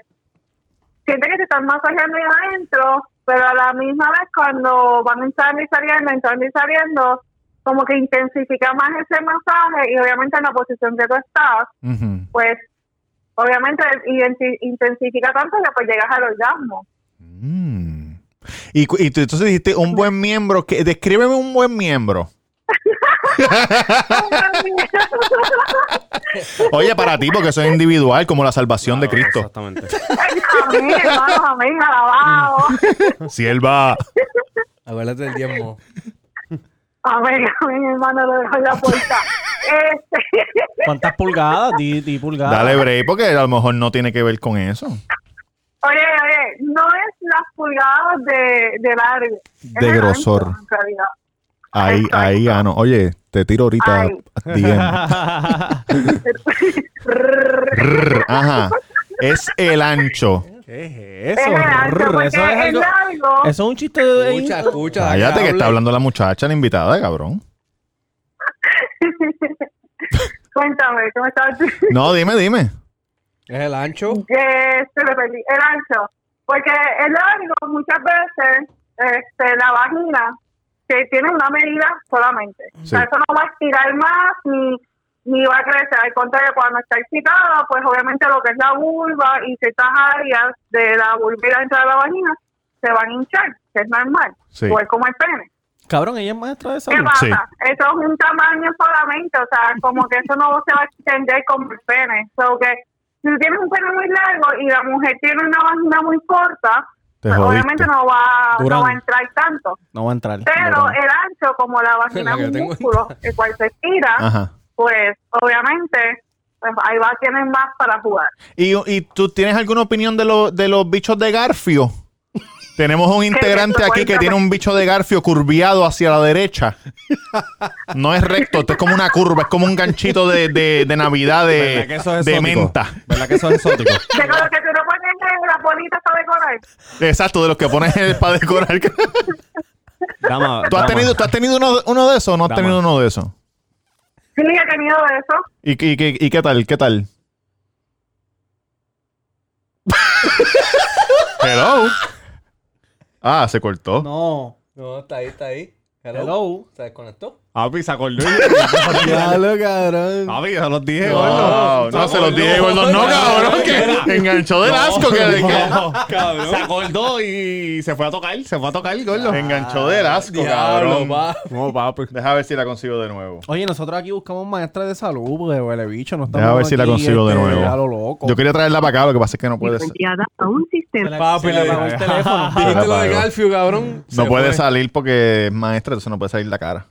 S6: siente que se están masajeando ahí adentro, pero a la misma vez cuando van entrando y saliendo, entrando y saliendo, como que intensifica más ese masaje y obviamente en la posición que tú estás,
S3: Ujú.
S6: pues obviamente identi- intensifica tanto que pues llegas al orgasmo.
S3: Mm. Y, cu- y tú entonces dijiste un buen miembro. Que, descríbeme un buen miembro. Oye, para ti, porque eso es individual, como la salvación de Cristo.
S1: Ah, Exactamente.
S6: Amén, hermano, amén, alabado.
S3: Sierva.
S2: Acuérdate del diezmo.
S6: Amén, amén, hermano, lo dejo en la puerta. Este,
S5: ¿Cuántas pulgadas? Di, di pulgadas.
S6: Ah.
S3: Dale break, porque a lo mejor no tiene que ver con eso.
S6: oye, oye, no es las pulgadas de, de largo. es
S3: De
S6: el ancho,
S3: grosor.
S6: en realidad.
S3: Ahí,
S6: Exacto.
S3: ahí, ah, no. Oye, te tiro ahorita.
S6: Ay.
S3: DM. Rrr, Ajá. Es el ancho.
S5: ¿Qué es
S6: Es
S5: eso?
S6: el ancho,
S5: Rrr,
S6: porque
S5: eso es algo-
S6: largo.
S5: Eso es un chiste de...
S2: Escucha, escucha.
S3: Cállate que
S2: habla.
S3: está hablando la muchacha, la invitada, cabrón.
S6: Cuéntame, ¿cómo estás?
S3: No, dime, dime.
S2: Es el ancho.
S6: que se me perdí, el ancho. Porque el largo muchas veces, este, la vagina, que tiene una medida solamente. O sea,
S3: Sí.
S6: eso no va a estirar más ni, ni va a crecer. Al contrario, cuando está excitada, pues obviamente lo que es la vulva y ciertas áreas de la vulva y la entrada de la vagina se van a hinchar, que es normal.
S3: Sí.
S6: Igual como el pene.
S5: Cabrón, ella es maestra de
S6: ¿Qué
S5: salud.
S6: pasa?
S3: Sí.
S6: Eso es un tamaño solamente, o sea, como que eso no se va a extender como el pene. So que si tú tienes un pene muy largo y la mujer tiene una vagina muy corta,
S3: Te
S6: pues
S3: jodiste.
S6: obviamente no va, no
S5: Duran.
S6: va a entrar tanto.
S5: No va a entrar.
S6: Pero
S5: Cabrón.
S6: el ancho, como la vagina
S2: La que
S6: es un
S2: tengo.
S6: músculo, el cual se estira,
S3: Ajá.
S6: pues obviamente pues, ahí va tienen más para jugar.
S3: ¿Y, y tú tienes alguna opinión de, lo- de los bichos de Garfio? Tenemos un integrante aquí que tiene un bicho de Garfio curviado hacia la derecha. No es recto, esto es como una curva, es como un ganchito de, de- de Navidad
S1: ¿Verdad que
S3: de,
S1: eso es
S3: de
S1: exótico?
S3: menta.
S1: ¿Verdad que eso es exótico?
S6: Yo creo que tú no pones en la bolita para decorar.
S3: Exacto, de los que pones para decorar. ¿Tú
S1: Dama,
S3: has
S1: dama.
S3: tenido, tú has tenido uno, uno de esos o no has
S1: Dama.
S3: tenido uno de esos?
S6: Sí, he tenido eso.
S3: ¿Y, qué- y qué- y qué tal? ¿Qué tal? Hello. Ah, se cortó.
S5: No.
S2: No, está ahí, está ahí. Hello.
S5: Hello.
S2: ¿Se desconectó?
S1: Papi, se acordó.
S5: Diablo, cabrón.
S1: Papi, se los dije,
S3: No, no se los dije, gordo. No, cabrón, que enganchó del asco. Que, que-
S1: Cabrón. Se acordó y se fue a tocar. Se fue a tocar, gordo.
S3: enganchó del asco, cabrón.
S1: No, papi.
S3: Deja ver si la consigo de nuevo.
S5: Oye, nosotros aquí buscamos maestra de salud, porque huele bicho, no estamos
S3: Deja ver si la
S5: aquí,
S3: consigo de
S5: este,
S3: nuevo.
S5: A lo loco.
S3: Yo quería traerla para acá, lo que pasa es que no puede sa-
S6: a un sistema.
S2: Papi,
S5: Se le apagó el teléfono.
S2: Dijiste Este lo de
S3: apagó.
S2: Garfield, cabrón.
S3: No
S2: Se
S3: puede
S2: fue.
S3: salir porque es maestra, entonces no puede salir la cara.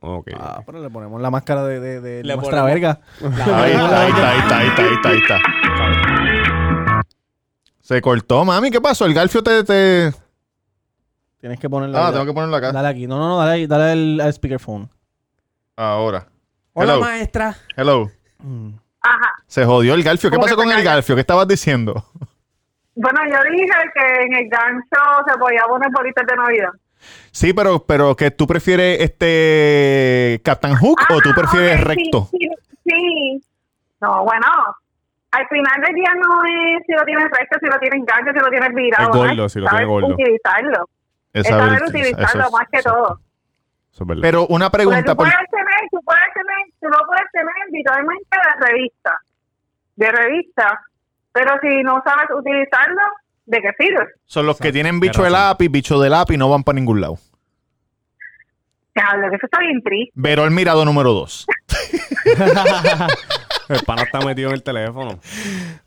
S1: Ok.
S5: Ah, pero le ponemos la máscara de, de, de
S2: Le
S5: nuestra
S2: ponemos-
S5: verga.
S3: Ahí está, ahí está, ahí está, ahí está, ahí está, ahí está. Se cortó, mami. ¿Qué pasó? El Garfio te. te-
S5: Tienes que ponerla.
S3: Ah,
S5: ahí.
S3: tengo que ponerlo acá.
S5: Dale aquí. No, no, no, dale ahí, dale al, al speakerphone.
S3: Ahora.
S2: Hola,
S3: Hello.
S2: maestra.
S3: Hello.
S6: Ajá.
S3: Se jodió el Garfio. ¿Qué
S6: ¿Cómo
S3: pasó
S6: que
S3: con
S6: se
S3: el
S6: calla?
S3: Garfio? ¿Qué estabas diciendo?
S6: Bueno, yo dije que en el gancho se podía poner bolitas de Navidad.
S3: Sí, pero, pero que tú prefieres este Captain Hook o tú
S6: Ah,
S3: prefieres
S6: ok,
S3: recto.
S6: Sí, sí, sí. No, bueno, al final del día no es si lo tienes recto, si lo tienes gancho, si lo tienes virado.
S7: Es
S6: ¿no?
S7: gordo, si lo
S6: Sabes
S7: tienes gordo.
S6: utilizarlo.
S7: Es
S6: Es saber
S7: saber-
S6: utilizarlo
S7: eso es-
S6: más que
S7: eso-
S6: todo.
S7: Eso es verdad.
S3: Pero una
S6: Porque
S3: pregunta, por-
S6: tú puedes tener, tú puedes tener, tú lo puedes tener literalmente de revista, de revista, pero si no sabes utilizarlo, ¿de qué sirve?
S3: son los que tienen
S1: Qué
S3: bicho de
S1: razón.
S3: lápiz, bicho de lápiz, no van para ningún lado.
S6: Diablo, que eso está bien triste.
S3: Veró el mirado número 2.
S1: El pana está metido en el teléfono.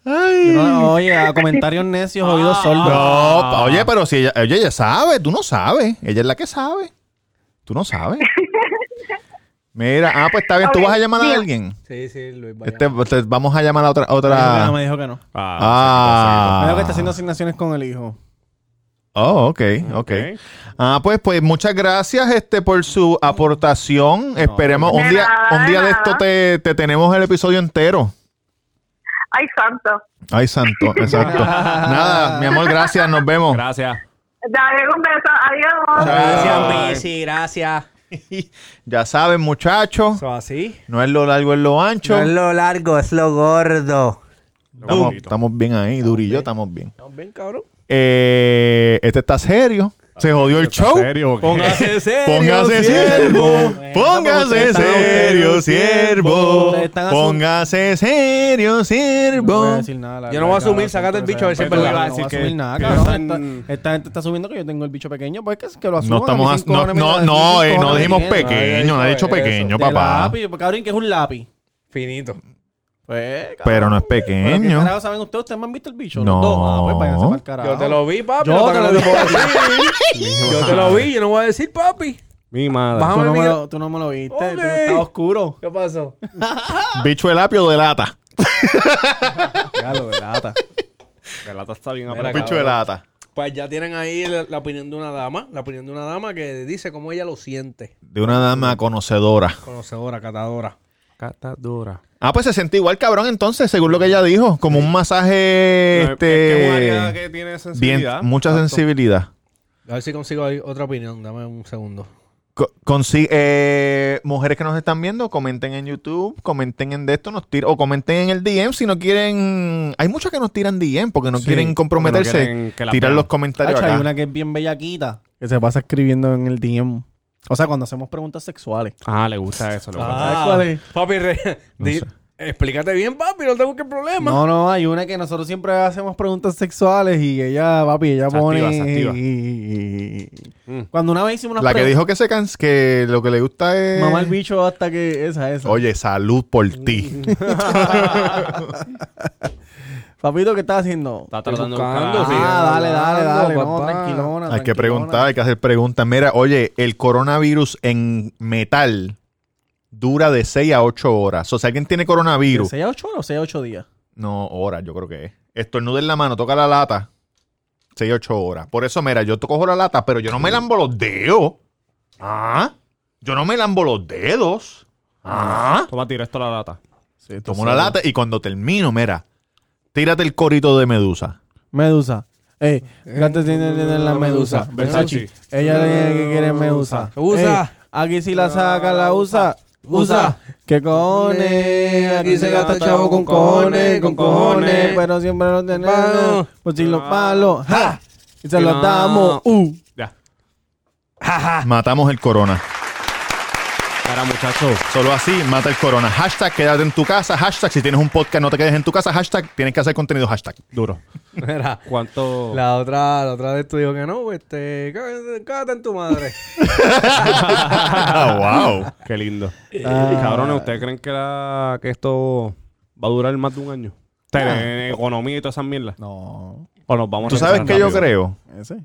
S5: No, oye, a comentarios necios,
S2: Ah.
S5: oídos sordos.
S3: No, pa- oye, pero si ella, oye, ella sabe, tú no sabes. Ella es la que sabe. Tú no sabes. Mira, ah, pues está bien, tú
S6: Ok,
S3: vas a llamar a
S6: mira.
S3: alguien.
S2: Sí, sí, Luis. vaya.
S3: Este, este, vamos a llamar a otra.
S5: Ah, no,
S3: otra...
S5: me dijo que no.
S3: Ah.
S5: Me dijo que está haciendo asignaciones con el hijo.
S3: Oh, ok, ok. Ah, pues, pues muchas gracias este, por su aportación. Esperemos un
S6: De
S3: día,
S6: nada,
S3: un
S6: de
S3: día de
S6: nada.
S3: esto te, te tenemos el episodio entero.
S6: Ay, santo.
S3: Ay, santo, exacto. Nada, mi amor, gracias, nos vemos.
S1: Gracias.
S6: Dale un beso. Adiós.
S3: Bye.
S2: Messi, gracias.
S3: Ya saben, muchachos,
S2: Eso así.
S3: no es lo largo, es lo ancho.
S2: No es lo largo, es lo gordo.
S1: Uh.
S3: Estamos, estamos bien ahí, Durillo, estamos bien.
S2: Estamos bien, cabrón.
S3: Eh, este está serio. Se jodió el show.
S1: ¿En serio? o qué?
S2: serio.
S3: Póngase siervo, póngase serio, siervo,
S5: Ustedes están asu-
S3: póngase serio,
S5: No voy a
S3: siervo.
S5: decir nada. la
S2: Yo no voy a
S5: verdad,
S2: asumir,
S5: no,
S2: sacate el
S5: no,
S2: bicho, a ver si
S5: no,
S2: es
S5: pues, No
S2: verdad.
S5: voy a
S1: Así que-
S5: asumir nada,
S1: que
S5: cabrón.
S1: están-
S5: Esta, esta gente está asumiendo que yo tengo el bicho pequeño, pues que, que lo asuma.
S3: No estamos as- no, no, no, eh, no dijimos pequeño, no he dicho pequeño, papá.
S5: Lápiz, cabrón, que es un lápiz.
S2: Finito.
S5: Pues, cabrón.
S3: Pero no es
S5: ¿Pero qué
S3: pequeño.
S5: carajo saben ustedes? ¿Ustedes me han visto el bicho?
S3: No.
S5: Los dos. Ah, pues váyanse pa'l carajo.
S2: Yo te lo vi, papi.
S5: Yo
S2: no
S5: te
S2: te
S5: lo
S2: lo puedo decir. Yo te lo vi, yo no voy a decir, papi.
S1: Mi madre.
S5: Tú
S2: Bájame
S5: no,
S2: el
S5: me
S2: video.
S5: lo, tú no me lo viste,
S2: Ok.
S5: tú estabas oscuro.
S2: ¿Qué pasó?
S3: Bicho de lapio de lata.
S5: Ya lo de lata.
S1: La lata está bien
S2: Mira,
S1: apretada.
S3: Bicho de lata.
S2: Pues ya tienen ahí la, la opinión de una dama, la opinión de una dama que dice cómo ella lo siente.
S3: De una dama conocedora.
S2: Conocedora, catadora.
S1: Catadora.
S3: Ah, pues se siente igual cabrón entonces, según lo que ella dijo. Como un masaje
S1: No, es- es que es un área
S3: este,
S1: que tiene
S3: bien,
S1: sensibilidad.
S3: mucha sensibilidad.
S2: A ver si consigo ahí otra opinión, dame un segundo.
S3: Co- consi- eh, mujeres que nos están viendo, comenten en YouTube, comenten en de esto, nos tira- o comenten en el DM si no quieren. Hay muchas que nos tiran DM porque no
S1: Sí,
S3: quieren comprometerse.
S1: porque no quieren que la
S3: tirar
S1: vean.
S3: los comentarios
S5: Hacho,
S3: acá.
S5: hay una que es bien bellaquita que se pasa escribiendo en el DM. O sea, cuando hacemos preguntas sexuales.
S1: Ah, le gusta eso. Le gusta.
S5: ¿Sabes cuál es?
S2: Papi, re- di- explícate bien, papi, no te busques problema.
S5: No, no, hay una que nosotros siempre hacemos preguntas sexuales y ella, papi, ella
S1: Se
S5: pone.
S1: activa, se activa.
S5: y- y- y-
S1: Mm.
S5: Cuando una vez hicimos una
S3: La que dijo que se cans que lo que Oh. le gusta es.
S5: Mamá el bicho hasta que. Esa, esa.
S3: Oye, salud por ti.
S5: Papito, ¿qué estás haciendo?
S1: Está tratando de
S2: buscando,
S1: buscar.
S2: sí.
S5: ah, dale, dale, dale.
S2: Buscando,
S5: No,
S2: papá.
S5: tranquilona.
S3: hay que
S5: tranquilona.
S3: preguntar, hay que hacer preguntas. Mira, oye, el coronavirus en metal dura de 6 a 8 horas. O sea, si alguien tiene
S5: ¿De
S3: coronavirus.
S5: 6 a 8 horas o 6 a 8 días?
S3: No, horas, yo creo que es. Estornuda en la mano, toca la lata. 6, 8 horas. Por eso, mira, yo to- cojo la lata, pero yo no me lambo los dedos. Ah, yo no me lambo los dedos. Ah,
S1: Toma, tira esto a la lata.
S3: tomo la lata y cuando termino, mira, tírate el corito de medusa.
S5: Medusa. Ey, gato tiene, tiene la medusa. Eh, Versace. Ella le que quiere medusa.
S2: Usa.
S5: Ey, aquí si la saca, la usa. Usa.
S2: Usa.
S5: Que cojones. Aquí se gasta chavo con cojones, con cojones. Pero siempre lo tenemos.
S2: Palo.
S5: Por si los palos. ¡Ja! Y se los
S1: No.
S5: damos. ¡Uh!
S1: Ya.
S3: Matamos el corona.
S1: Para muchachos.
S3: Solo así mata el corona. Hashtag quédate en tu casa. Hashtag si tienes un podcast no te quedes en tu casa. Hashtag tienes que hacer contenido. Hashtag.
S1: Duro.
S2: Mira,
S1: ¿Cuánto?
S2: la otra, la otra de esto dijo que no, este, cágate cágate en tu madre.
S3: wow.
S1: Qué lindo. Cabrones, ¿ustedes creen que, la- que esto va a durar más de un año? O sea, en economía y todas esas mierdas.
S5: No.
S1: O nos vamos a
S3: Ah. ¿Tú sabes
S1: regresar
S3: qué yo
S1: rápido?
S3: creo?
S5: Ese.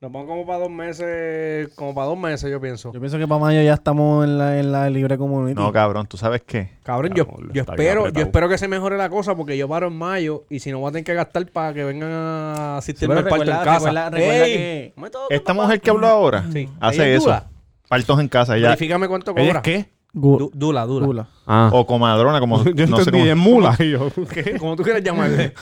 S2: Nos vamos como para dos meses, como para dos meses, yo pienso.
S5: Yo pienso que para mayo ya estamos en la, en la libre comunidad.
S3: No, cabrón, ¿tú sabes qué?
S2: Cabrón, yo,
S1: Cabrón,
S2: yo
S1: está bien
S2: espero, yo
S1: apretado.
S2: espero que se mejore la cosa porque yo paro en mayo y si no voy a tener que gastar para que vengan a asistirme
S5: Sí,
S2: al
S5: pero
S2: parto en
S5: recuerda-
S2: casa.
S5: recuerda- recuerda
S2: Ey,
S5: que-
S2: no me toques,
S3: Esta
S2: papá.
S3: mujer que habló ahora
S2: Sí. Ella
S3: hace
S2: es
S3: eso.
S2: dura.
S3: Partos en casa ya.
S2: Verifícame cuánto
S1: ¿Ella es
S2: cobra.
S1: qué?
S5: Gu-
S2: Du- dula, dula.
S5: Gula.
S1: Ah.
S3: O comadrona, como
S1: yo
S3: no sé cómo.
S1: entendí, es mula. Y yo,
S2: Como tú quieras llamarle.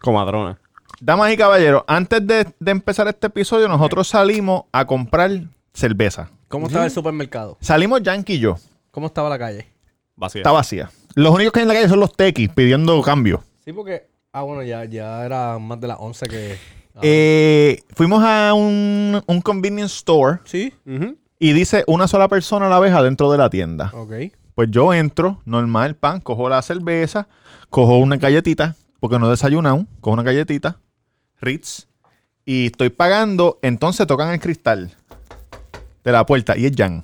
S1: Comadrona.
S3: Damas y caballeros, antes de, de empezar este episodio, nosotros salimos a comprar cerveza.
S2: ¿Cómo estaba el supermercado?
S3: Salimos Yankee y yo.
S2: ¿Cómo estaba la calle?
S1: Vacía.
S3: Está vacía. Los únicos que hay en la calle son los tequis pidiendo cambio.
S2: Sí, Sí, porque. Ah, bueno, ya, ya era más de las 11 que. Ah.
S3: Eh, fuimos a un, un convenience store
S2: Sí.
S3: y dice una sola persona a la vez adentro de la tienda.
S2: Ok.
S3: Pues yo entro, normal, pan, cojo la cerveza, cojo una galletita, porque no he desayunado, cojo una galletita, Ritz, y estoy pagando, entonces tocan el cristal de la puerta y es Jan.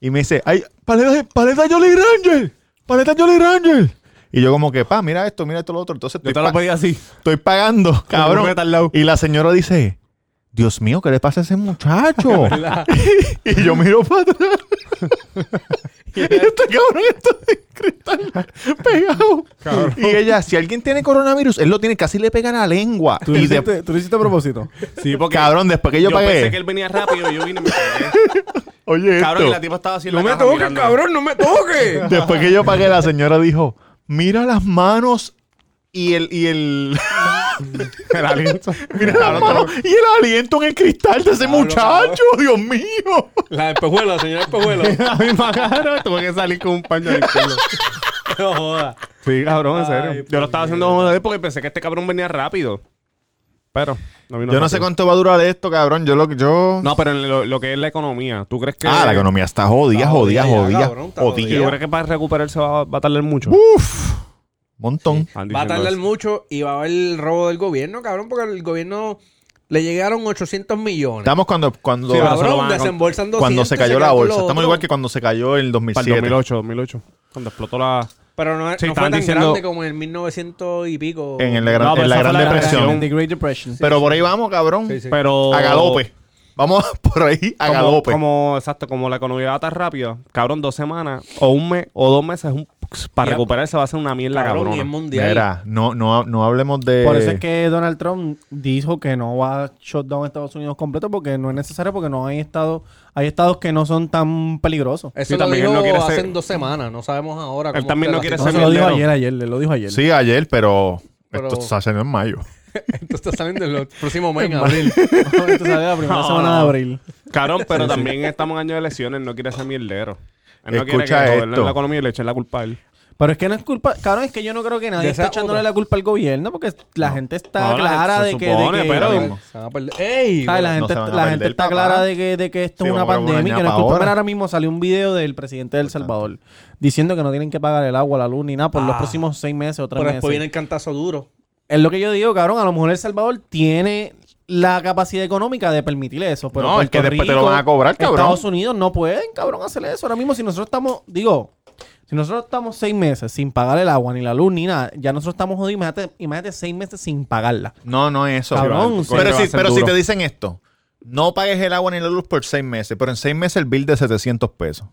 S3: Y me dice, ay, paleta, paleta Jolly Ranger, paleta Jolly Ranger. Y yo como que, pa, mira esto, mira esto, lo otro. Entonces estoy,
S1: Yo te
S3: pa-
S1: lo pedí así.
S3: estoy pagando, cabrón.
S1: Retardado.
S3: Y la señora dice, Dios mío, ¿qué le pasa a ese muchacho? y yo miro para atrás. y este cabrón está de cristal pegado. Y ella, si alguien tiene coronavirus, él lo tiene, casi le pega la lengua.
S5: Tú,
S3: Y
S5: lo
S3: de-
S5: hiciste, tú lo hiciste a propósito.
S1: Sí, porque
S3: cabrón, después que yo,
S1: yo,
S3: pagué.
S1: pensé que él venía rápido y yo vine y me pegué.
S3: Oye,
S1: Cabrón, y
S3: esto.
S1: la tipa estaba así en
S2: No
S1: la
S2: me
S1: caja
S2: toques,
S1: mirando.
S2: cabrón, no me toques.
S3: después que yo pagué, la señora dijo, mira las manos y el... Y el...
S1: El aliento.
S3: Mira las manos y el aliento en el cristal de ese
S2: Diablo,
S3: muchacho, Dios mío.
S2: La espejuela, señora espejuela.
S1: La misma cara, tuve que salir con un paño de culo.
S2: no joda.
S1: Sí, cabrón, en serio.
S2: Ay,
S1: yo lo estaba
S2: puñeta.
S1: haciendo joder porque pensé que este cabrón venía rápido. Pero no vino
S3: Yo no sé
S1: rápido.
S3: cuánto va a durar esto, cabrón. Yo lo que yo.
S1: No, pero en lo, lo que es la economía, ¿tú crees que.
S3: Ah, la economía está jodida,
S2: Está
S3: jodida,
S2: jodida ya,
S3: jodida.
S2: cabrón, está
S3: jodida.
S1: Yo creo que para recuperarse va, va a tardar mucho.
S3: Uf, montón.
S1: Están
S2: Va a
S1: diciendo
S2: tardar
S1: eso.
S2: mucho y va a haber el robo del gobierno, cabrón, porque el gobierno le llegaron 800 millones.
S3: Estamos cuando cuando
S1: Sí, ahora se lo
S2: cabrón,
S1: van a con-
S2: desembolsan 200.
S3: cuando se cayó la
S2: quedan con
S3: bolsa.
S2: lo
S3: Estamos
S2: otro.
S3: igual que cuando se cayó el
S1: Para
S3: 2007.
S1: el 2008, 2008. Cuando explotó la.
S2: Pero no,
S1: Sí,
S2: no fue
S1: estaban
S2: tan
S1: diciendo-
S2: grande como en el 1900 y pico.
S3: En, el gran-
S1: No, pero
S3: en la
S1: esa fue
S3: Gran
S1: la Gran
S3: Depresión.
S1: Depresión.
S5: The Great Depression.
S3: Pero por ahí vamos, cabrón.
S2: Sí, sí.
S1: Pero.
S3: A galope. Vamos por ahí a
S1: Oh. Como,
S3: galope.
S1: como- exacto, como la economía va tan rápida, cabrón, dos semanas o un mes o dos meses un- para
S2: Ya.
S1: recuperarse va a ser una mierda,
S2: cabrón,
S1: cabrón.
S2: y es mundial.
S3: Mira, no, no, no hablemos de.
S5: Por eso es que Donald Trump dijo que no va a shutdown Estados Unidos completo porque no es necesario porque no hay estados hay estados que no son tan peligrosos.
S2: Eso
S1: Sí,
S2: lo
S1: también él
S2: dijo
S1: no quiere
S2: hace
S1: ser-
S2: dos semanas, no sabemos ahora.
S1: Él
S2: cómo
S1: también
S2: está
S1: no
S2: la
S1: quiere
S5: No,
S1: ser
S5: se lo dijo
S1: mierdero.
S5: ayer, ayer, le lo dijo ayer.
S3: Sí, ayer, pero.
S2: Pero-
S3: Esto está haciendo en mayo.
S2: Esto está saliendo en los próximos meses, en abril.
S5: Esto sale la primera
S1: No,
S5: semana
S1: no.
S5: de abril.
S1: Cabrón, pero también estamos en año de elecciones, no quiere ser mierdero. Él no
S3: Escucha
S1: quiere que
S3: esto.
S1: gobiernen la economía y le echen la culpa a él.
S5: Pero es que no es culpa, cabrón, es que yo no creo que nadie
S2: De
S5: está
S2: esa
S5: echándole
S2: otra.
S5: la culpa al gobierno porque la gente está
S1: No, la
S5: clara
S1: gente se
S5: de que, de
S1: supone,
S5: que-
S1: pero-
S5: ¿sabes?
S2: Se van a perder. ¡Ey!
S3: no se
S5: la gente,
S3: van a
S5: la
S3: perder,
S5: gente está
S3: papá.
S5: clara de que, de que esto
S3: Sí,
S5: es una
S3: vamos a poner una
S5: pandemia y que no es
S3: ñapa
S5: culpa. Mira,
S3: ahora.
S5: Ahora mismo salió un video del presidente del Salvador diciendo que no tienen que pagar el agua, la luz ni nada por los
S2: Ah.
S5: próximos seis meses o tres
S2: Pero
S5: meses.
S2: después viene el cantazo duro.
S5: Es lo que yo digo, cabrón. A lo mejor El Salvador tiene la capacidad económica de permitir eso. Pero
S3: No, es
S5: Puerto
S3: que después te lo
S5: Rico,
S3: van a cobrar, cabrón.
S5: Estados Unidos no pueden, cabrón, hacer eso. Ahora mismo, si nosotros estamos, digo, si nosotros estamos seis meses sin pagar el agua, ni la luz, ni nada, ya nosotros estamos jodidos. Imagínate, imagínate seis meses sin pagarla.
S3: No, no es eso.
S5: Cabrón, sí.
S3: pero
S1: Va a
S3: si,
S1: ser
S3: pero si
S1: duro.
S3: te dicen esto, no pagues el agua ni la luz por seis meses, pero en seis meses el bill de 700 pesos.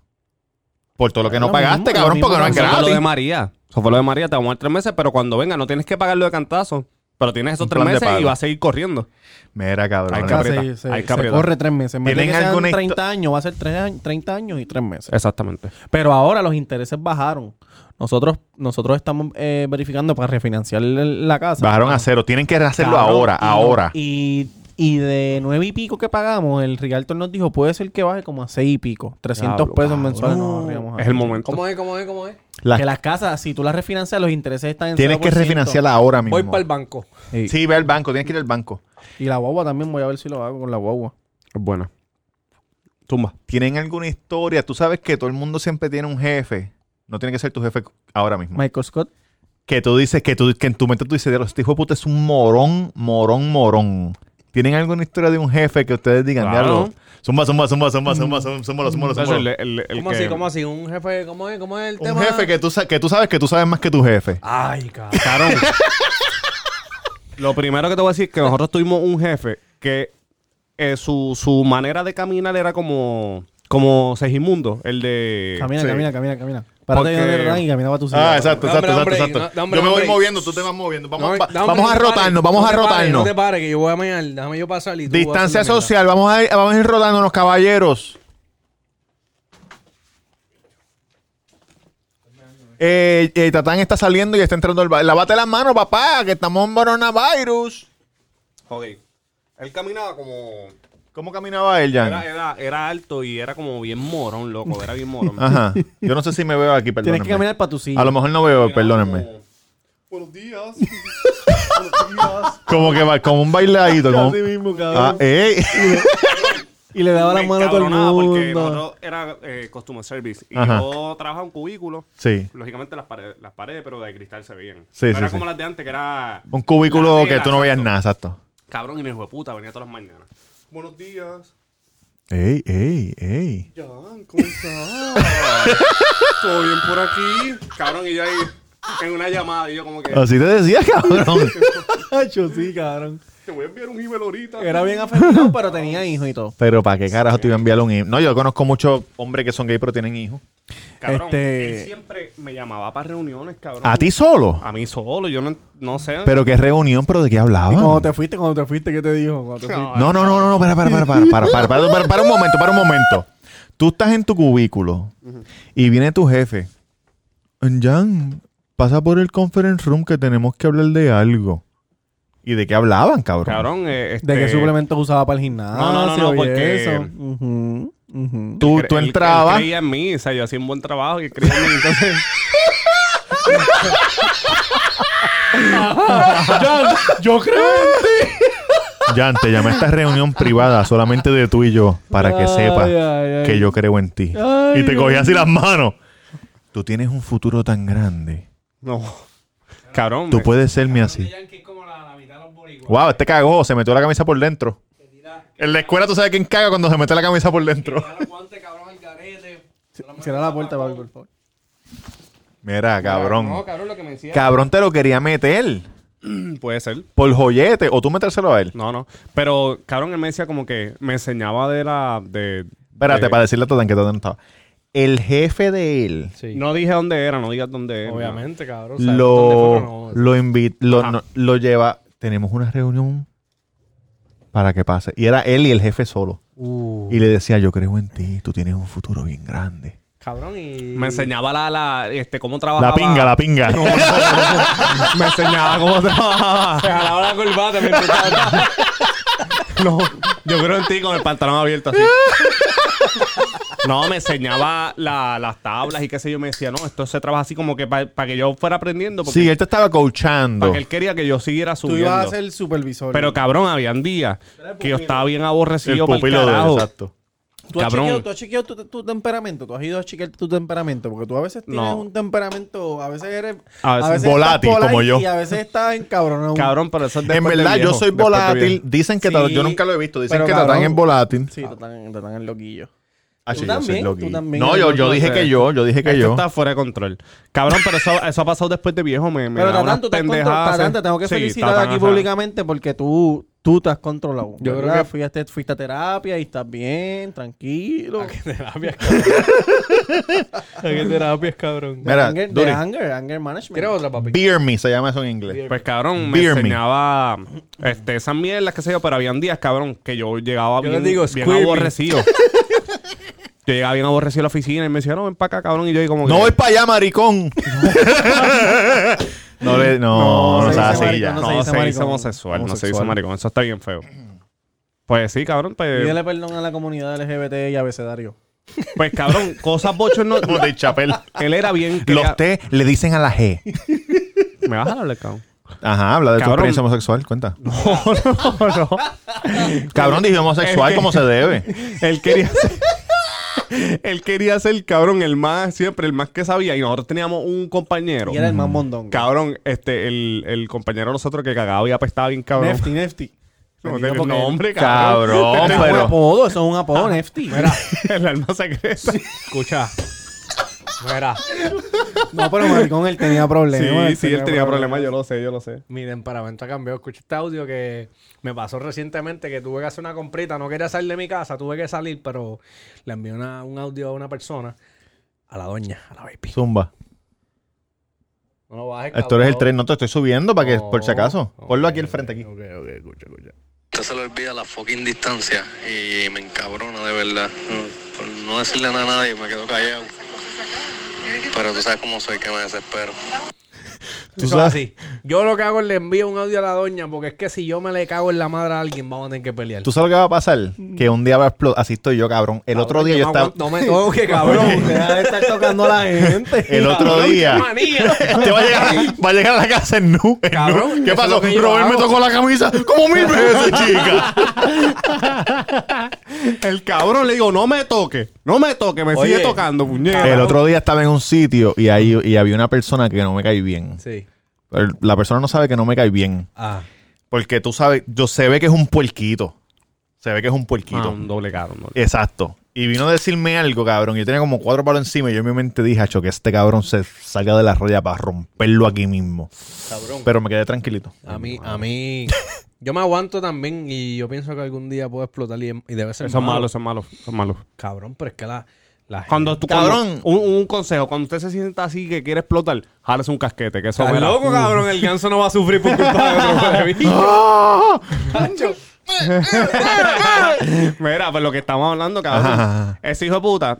S3: Por todo lo que no
S5: Lo
S3: pagaste,
S5: mismo,
S3: cabrón,
S5: lo mismo
S3: porque no es
S5: que
S1: Eso fue lo
S3: gratis.
S1: de María. Eso fue lo de María. Te vamos a dar tres meses, pero cuando venga no tienes que pagarlo de cantazo. Pero tienes esos
S3: Un
S1: tres
S3: plan de
S1: meses y
S3: pago.
S1: vas a seguir corriendo.
S3: Mira, cabrón.
S1: Hay que
S5: O sea,
S1: apretar,
S5: se, se-
S1: hay que
S5: se
S1: apretar.
S5: corre tres meses. En vez de
S3: ¿Tienen
S5: que sean
S3: alguna histo-
S5: 30 años, va a ser tres años- 30 años y tres meses.
S1: Exactamente.
S5: Pero ahora los intereses bajaron. Nosotros, nosotros estamos eh, verificando para refinanciar el- la casa.
S3: Bajaron a cero. Tienen que hacerlo
S5: Cabrón,
S3: ahora,
S5: y no-
S3: ahora.
S5: Y, y de nueve y pico que pagamos, el Rialto nos dijo, puede ser que baje como a seis y pico. 300
S1: Diablo,
S5: pesos
S1: cabrón.
S5: mensuales. No, nos ríamos.
S1: Es el momento.
S2: ¿Cómo es? ¿Cómo es? ¿Cómo es?
S3: Las-
S5: Que las casas, si tú las refinancias, los intereses están en
S3: tienes que
S5: 0%.
S3: refinanciarla ahora mismo.
S2: Voy para el banco.
S5: Sí.
S3: Sí, ve al banco. Tienes que ir al banco.
S5: Y la guagua también, voy a ver si lo hago con la guagua.
S1: Es buena. Tumba.
S3: ¿Tienen alguna historia? Tú sabes que todo el mundo siempre tiene un jefe. No tiene que ser tu jefe ahora mismo.
S5: Michael Scott.
S3: Que tú dices, que, tú, que en tu mente tú dices, este hijo de puta es un morón, morón, morón. ¿Tienen alguna historia de un jefe que ustedes digan,
S1: Claro.
S3: diablo? Zumba, zumba, zumba,
S2: Mm.
S3: zumba, zumba, zumba, zumba, zumba,
S1: Eso, el-
S3: zumba.
S1: el- el
S2: ¿Cómo
S1: que-
S2: así? ¿Cómo así? ¿Un jefe? ¿Cómo es? ¿Cómo es el tema? Ah,
S3: Un jefe que tú, sa- que tú sabes que tú sabes más que tu jefe.
S2: Ay, cabrón.
S1: Cabrón. Lo primero que te voy a decir es que nosotros tuvimos un jefe que eh, su, su manera de caminar era como, como Segismundo, el de...
S5: Camina,
S3: sí.
S5: camina, camina, camina. Párate
S1: Porque-
S5: de verdad y camina para tu silla.
S3: Ah, exacto, exacto,
S2: Dame
S3: exacto,
S2: hambre,
S3: exacto.
S2: no- dame
S3: yo me voy
S2: hambre.
S3: moviendo, tú te vas moviendo. Vamos,
S2: No,
S3: va-
S2: dame-
S3: vamos
S2: no
S3: a
S2: te
S3: rotarnos,
S2: pares,
S3: vamos
S2: no
S3: a
S2: te pares,
S3: rotarnos.
S2: No te pares, que yo voy a mear. Déjame yo pasar y tú
S3: Distancia
S2: vas a hacer la
S3: social, vamos a, ir, vamos a ir rotándonos, caballeros. Eh, eh, Tatán está saliendo y está entrando el... ba- Lávate las manos, papá, que estamos en coronavirus.
S1: Ok. Él caminaba como...
S3: ¿Cómo caminaba él,
S1: Era,
S3: Jan?
S1: era, era alto y era como bien morón, loco. Era bien morón.
S3: Ajá. Yo no sé si me veo aquí,
S5: Tienes
S3: perdónenme.
S5: que caminar para tu silla.
S3: A lo mejor no veo, perdónenme.
S1: Como,
S8: Buenos días. Buenos días.
S3: Como que va, como un bailadito. Como...
S5: Así mismo, cabrón.
S3: Ah, ey.
S5: Y le daba la
S1: Me
S5: mano a todo el
S1: encabronaba porque
S5: mundo.
S1: nosotros era eh, customer service y
S3: Ajá.
S1: yo trabajaba en cubículo.
S3: Sí.
S1: Lógicamente las paredes, las paredes, pero de cristal se veían.
S3: Sí,
S1: no
S3: sí,
S1: era
S3: sí.
S1: como las de antes que era
S3: Un cubículo
S1: La
S3: que
S1: tela,
S3: tú no veías
S1: exacto.
S3: nada, exacto.
S1: cabrón y mi hijo de puta venía todas las mañanas.
S8: Buenos días.
S3: Ey, ey, ey.
S8: Jan, ¿cómo estás? ¿Todo bien por aquí?
S1: Cabrón y yo ahí en una llamada y yo como que
S3: Así te decía, cabrón.
S5: Yo sí, cabrón.
S8: Te voy a enviar un email ahorita.
S5: Era bien afectado, pero tenía hijos y todo.
S3: Pero ¿para qué carajo te iba a enviar un himno? No, yo conozco muchos hombres que son gay pero tienen hijos.
S1: cabrón,
S5: Este-
S1: él siempre me llamaba para reuniones, cabrón.
S5: Ah.
S3: ¿A ti solo?
S1: A mí solo, yo no, no sé.
S3: ¿Pero qué reunión? ¿Pero de qué
S5: Y cuando
S3: hablaban?
S5: te fuiste, cuando te fuiste, ¿qué te dijo? Cuando te fuiste.
S3: No, no, no, no, no, para, para, para, para, para, para, para, para, para un momento, para un momento. Tú estás en tu cubículo y viene tu jefe. Jan, pasa por el conference room que tenemos que hablar de algo. ¿Y de qué hablaban, cabrón?
S1: Cabrón, eh, este...
S5: ¿De qué suplementos usaba para el gimnasio?
S1: No, no, no, no,
S5: y
S1: porque-
S5: eso? Ujú, ujú.
S3: Tú, tú
S1: Él- él
S3: entrabas.
S1: creía en mí, o sea, yo hacía un buen trabajo y él creía en mí, entonces...
S5: Yo creo.
S3: Jan, te llamé a esta reunión privada solamente de tú y yo para que
S5: Ay,
S3: sepas
S5: ay, ay.
S3: que yo creo en ti.
S5: Ay,
S3: y te
S5: ay.
S3: cogí así las manos. Tú tienes un futuro tan grande.
S1: No. Cabrón.
S3: Tú
S1: me-
S3: puedes ser mi así. Wow, este cagó, se metió la camisa por dentro. En la escuela tú sabes quién caga cuando se mete la camisa por dentro.
S5: Cierra la puerta, Pablo, por favor.
S3: Mira, cabrón.
S1: cabrón, lo que me decía...
S3: Cabrón te lo quería meter
S1: mm, Puede ser.
S3: por joyete o tú metérselo a él.
S1: No, no. Pero, cabrón, él me decía como que me enseñaba de la. De,
S3: Espérate,
S1: de-
S3: para decirle a Tatán que Tatán no estaba. El jefe de él
S1: No dije dónde era, no digas dónde era.
S2: Obviamente, cabrón. ¿sabes dónde fue que
S3: lo,
S2: no?
S3: lo invita, lo,
S1: Ajá.
S3: no- lo lleva. Tenemos una reunión para que pase. Y era él y el jefe solo.
S2: Uh,
S3: Y le decía, yo creo en ti, tú tienes un futuro bien grande.
S2: Cabrón, y.
S1: Me enseñaba la, la este, cómo trabajaba.
S3: La pinga, la pinga.
S1: Me enseñaba cómo trabajaba. Se jalaba la corbata mientras estaba- No, yo creo en ti con el pantalón abierto así. No, me enseñaba la- las tablas y qué sé yo. Me decía, no, esto se trabaja así como que para que yo fuera aprendiendo. Porque,
S3: Sí, él te estaba coachando.
S1: Para que él quería que yo siguiera
S5: Tú
S1: subiendo.
S5: ibas a ser supervisor.
S1: Pero cabrón, habían días que yo estaba bien
S3: El
S1: aborrecido por
S3: pupilo de él,
S1: carajo.
S3: exacto.
S5: ¿Tú has,
S1: Cabrón.
S5: chequeado, tú has chequeado tu, tu temperamento, tú has ido a chequear tu temperamento, porque tú a veces tienes
S1: No.
S5: un temperamento, a veces eres
S1: A veces
S5: estás
S3: volátil, como yo.
S5: Y a veces estás encabronado.
S1: Cabrón, pero eso es
S3: En
S1: después de
S3: verdad, yo
S1: viejo,
S3: soy
S1: después de
S3: volátil.
S1: viejo.
S3: Dicen que
S5: Sí,
S3: Tatán- yo nunca lo he visto. Dicen
S5: pero
S3: que Tatán
S5: cabrón.
S3: es volátil.
S5: Sí, te están, te están en loquillo.
S3: Ah,
S5: tú
S3: sí, yo soy
S5: también,
S3: loquillo.
S5: tú también
S3: No,
S5: eres
S3: yo, yo
S5: loquillo.
S3: dije que yo, yo dije que
S1: Esto
S3: yo.
S1: está fuera de control. Cabrón, pero eso, eso ha pasado después de viejo. Me, me
S5: Pero
S1: da unas
S5: Tatán, tú te, has contro-
S1: pendejadas.
S5: Tatán, te tengo que
S1: Sí,
S5: felicitar
S1: Tatán,
S5: aquí
S1: ajá.
S5: públicamente porque tú, tú te has controlado.
S2: Yo
S5: ¿verdad?
S2: creo que-
S5: fuiste, fuiste a terapia y estás bien, tranquilo.
S2: ¿Qué terapias, cabrón?
S5: De
S3: Mira,
S5: anger, de
S3: Duri,
S5: anger, anger management.
S2: Tira otra, papi.
S3: Beer Me se llama eso en inglés.
S1: Pues cabrón, me
S3: Beer me.
S1: enseñaba este, esas mierdas, qué sé yo, pero habían días, cabrón, que yo llegaba
S2: Yo
S1: bien,
S2: le digo,
S1: bien
S2: squirmy.
S1: aborrecido. yo llegaba bien aborrecido a la oficina y me decía, no, ven para acá, cabrón. Y yo ahí como
S3: No
S1: que,
S3: voy para allá, maricón. no, le, no, no,
S5: se
S3: seas
S5: dice
S3: así
S5: maricón,
S3: ya.
S5: no
S1: No,
S5: se dice
S1: se dice
S5: maricón.
S1: homosexual, no se
S3: Homosexual.
S1: dice maricón. Eso está bien feo. Pues sí, cabrón, pues,
S5: Pídele perdón a la comunidad LGBT y abecedario.
S1: pues cabrón, cosas bochornos.
S3: Como de Chapel.
S1: Él era bien...
S3: Los
S1: quería-
S3: T le dicen a la G.
S1: ¿Me vas a hablar, cabrón?
S3: Ajá, habla de tu
S1: Cabrón.
S3: experiencia homosexual, cuenta.
S1: No, no.
S3: Cabrón, dije homosexual
S1: Es que-
S3: como se debe.
S1: Él quería ser... Él quería ser, cabrón, el más siempre, el más que sabía. Y nosotros teníamos un compañero.
S5: Y era el más mondongo.
S1: Cabrón, este, el, el compañero de nosotros que cagaba y apestaba bien, cabrón.
S5: Nefty, Nefty.
S1: No
S5: Te
S1: tengo
S5: digo porque-
S1: nombre, Ah, cabrón.
S3: Cabrón,
S5: Eso es un
S3: pero.
S5: apodo, eso es un apodo, Nefty.
S1: el alma secreta. Escucha.
S2: Mira,
S5: No, pero maricón, él tenía
S1: Sí,
S5: problemas.
S1: sí, él tenía problemas, yo lo sé, yo lo sé.
S2: mi temperamento ha cambiado. Escuché este audio que me pasó recientemente que tuve que hacer una comprita. No quería salir de mi casa, tuve que salir, pero le envié una- un audio a una persona. A la doña, a la baby.
S3: Zumba.
S2: No lo bajes,
S3: Esto eres el
S2: cabrón.
S3: tren, no te estoy subiendo para que,
S2: No.
S3: por si acaso. Ponlo aquí al
S2: Ok,
S3: frente aquí.
S2: ok, ok, escucha, escucha.
S9: Usted se le olvida la fucking distancia y me encabrona de verdad. No, Por no decirle nada a nadie, me quedo callado. Pero tú sabes cómo soy, que me desespero.
S2: Eso es así. Yo lo que hago es le envío un audio a la doña, porque es que si yo me le cago en la madre a alguien, vamos a tener que pelear.
S3: ¿Tú sabes lo que va a pasar? Que un día va a explotar. Así estoy yo, cabrón. El otro día yo
S2: no
S3: estaba.
S2: aguanto- No me toque, cabrón.
S5: Deja de estar tocando a la gente.
S3: El otro
S2: Cabrón,
S3: día.
S2: qué manía.
S3: Te este va a llegar, va a llegar a la casa en nu. en
S2: Cabrón,
S3: nu.
S2: eso
S3: ¿Qué
S2: es
S3: pasó?
S2: lo que yo
S3: Robert
S2: hago.
S3: me tocó la camisa como mil veces, chica.
S1: El cabrón le digo, no me toque. No me toque, me
S2: Oye.
S1: sigue tocando, puñeta.
S3: El otro día estaba en un sitio y, ahí, y había una persona que no me cae bien.
S2: Sí.
S3: Pero La persona no sabe que no me cae bien.
S2: Ah.
S3: Porque tú sabes, yo se ve que es un puerquito. Se ve que es un puerquito.
S1: un Ah, doble caro. un doble.
S3: Exacto. Y vino a decirme algo, cabrón. Yo tenía como cuatro palos encima y yo en mi mente dije, "Acho, que este cabrón se salga de la raya para romperlo aquí mismo.
S2: Cabrón.
S3: Pero me quedé tranquilito.
S2: A mí, a mí. Yo me aguanto también y yo pienso que algún día puedo explotar y, y debe ser.
S1: Son
S2: malo.
S1: malos, son malos, son malos.
S2: Cabrón, pero es que la. la
S1: Cuando tú,
S3: Cabrón.
S1: cuando- un, un consejo, cuando usted se sienta así que quiere explotar, jálese un casquete, que eso
S2: Estás
S1: verá.
S2: loco, cabrón. El ganso no va a sufrir por culpa de otro huele bicho.
S1: Ah.
S2: Hacho.
S1: Mira, pues lo que estamos hablando, cabrón.
S3: Ajá, ajá.
S1: Ese hijo de puta,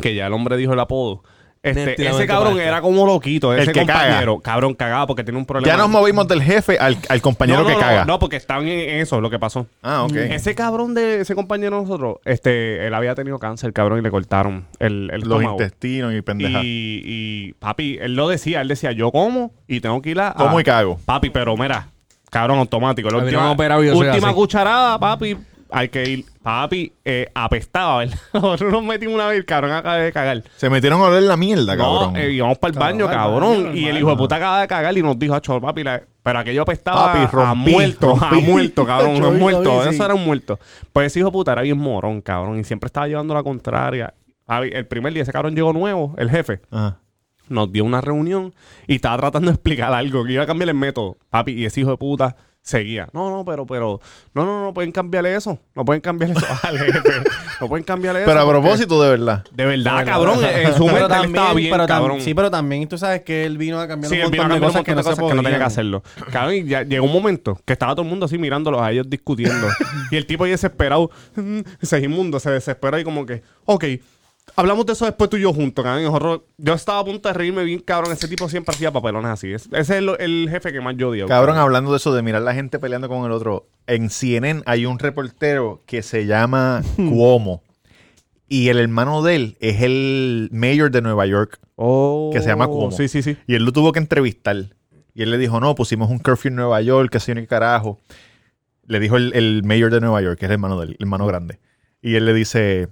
S1: que ya el hombre dijo el apodo. este,
S2: Nel, tira
S1: ese
S2: mente
S1: cabrón
S2: para
S1: era como loquito, ese
S3: El que caga.
S1: compañero. Cabrón, cagado porque tiene un problema.
S3: Ya nos movimos del jefe al, al compañero
S1: no,
S3: que
S1: no,
S3: caga.
S1: No, porque estaban en en eso lo que pasó.
S3: Ah, ok.
S1: Ese cabrón de ese compañero de nosotros, este, él había tenido cáncer, cabrón, y le cortaron el, el
S3: Los
S1: estómago.
S3: intestinos y pendeja.
S1: Y, y, papi, él lo decía, él decía, yo como y tengo que ir a.
S3: Como
S1: a-
S3: y cago.
S1: Papi, pero mira, cabrón, automático. La
S2: A mí no me
S1: última,
S2: han operado y yo soy
S1: última
S2: así.
S1: cucharada, papi, hay que ir. Papi, eh, apestaba, ¿verdad? Nosotros nos metimos una vez, cabrón, acaba de cagar.
S3: Se metieron a oler la mierda,
S1: No,
S3: cabrón.
S1: eh, íbamos para el baño, cabrón. y el hijo de puta acaba de cagar y nos dijo, "Acho, papi, la- pero aquello apestaba
S3: Papi,
S1: a
S3: rompí,
S1: muerto,
S3: rompí".
S1: a muerto, cabrón,
S5: Yo
S1: no
S5: vi,
S1: es
S5: yo
S1: muerto.
S5: vi, sí.
S1: Eso era un muerto. Pues ese hijo de puta era bien morón, cabrón, y siempre estaba llevando la contraria. Papi, El primer día ese cabrón llegó nuevo, el jefe,
S3: Ajá.
S1: nos dio una reunión y estaba tratando de explicar algo, que iba a cambiar el método, papi, y ese hijo de puta seguía. No, no, pero, pero, no, no, no pueden cambiarle eso. No pueden cambiarle eso al jefe. No pueden cambiarle eso.
S3: Pero a
S1: porque-
S3: propósito, de verdad.
S1: De verdad, Ah, cabrón, en su mente
S5: Pero
S1: él estaba
S5: también,
S1: bien,
S5: pero tam-
S1: cabrón.
S5: sí, pero también tú sabes que él vino a cambiar
S1: Sí,
S5: un
S1: él vino
S5: montón
S1: a
S5: de
S1: cambiar
S5: cosas,
S1: un
S5: que
S1: montón
S5: no,
S1: de cosas
S5: se
S1: que no tenía
S5: podían.
S1: que hacerlo. Cabrón, y ya llegó un momento que estaba todo el mundo así mirándolos a ellos discutiendo. y el tipo ahí desesperado, mm, ese es inmundo, se desesperó y como que, ok, hablamos de eso después tú y yo juntos, cabrón. Y nosotros- Yo estaba a punto de reírme bien, cabrón. Ese tipo siempre hacía papelones así. Es- Ese es lo- el jefe que más yo odio.
S3: Cabrón, hablando de eso, de mirar la gente peleando con el otro. En CNN hay un reportero que se llama Cuomo. Y el hermano de él es el mayor de Nueva York.
S1: Oh,
S3: que se llama Cuomo.
S1: Sí, sí, sí.
S3: Y él lo tuvo que entrevistar. Y él le dijo, no, pusimos un curfew en Nueva York, que señor, qué carajo. Le dijo el, el mayor de Nueva York, que es el hermano, del, el hermano grande. Y él le dice,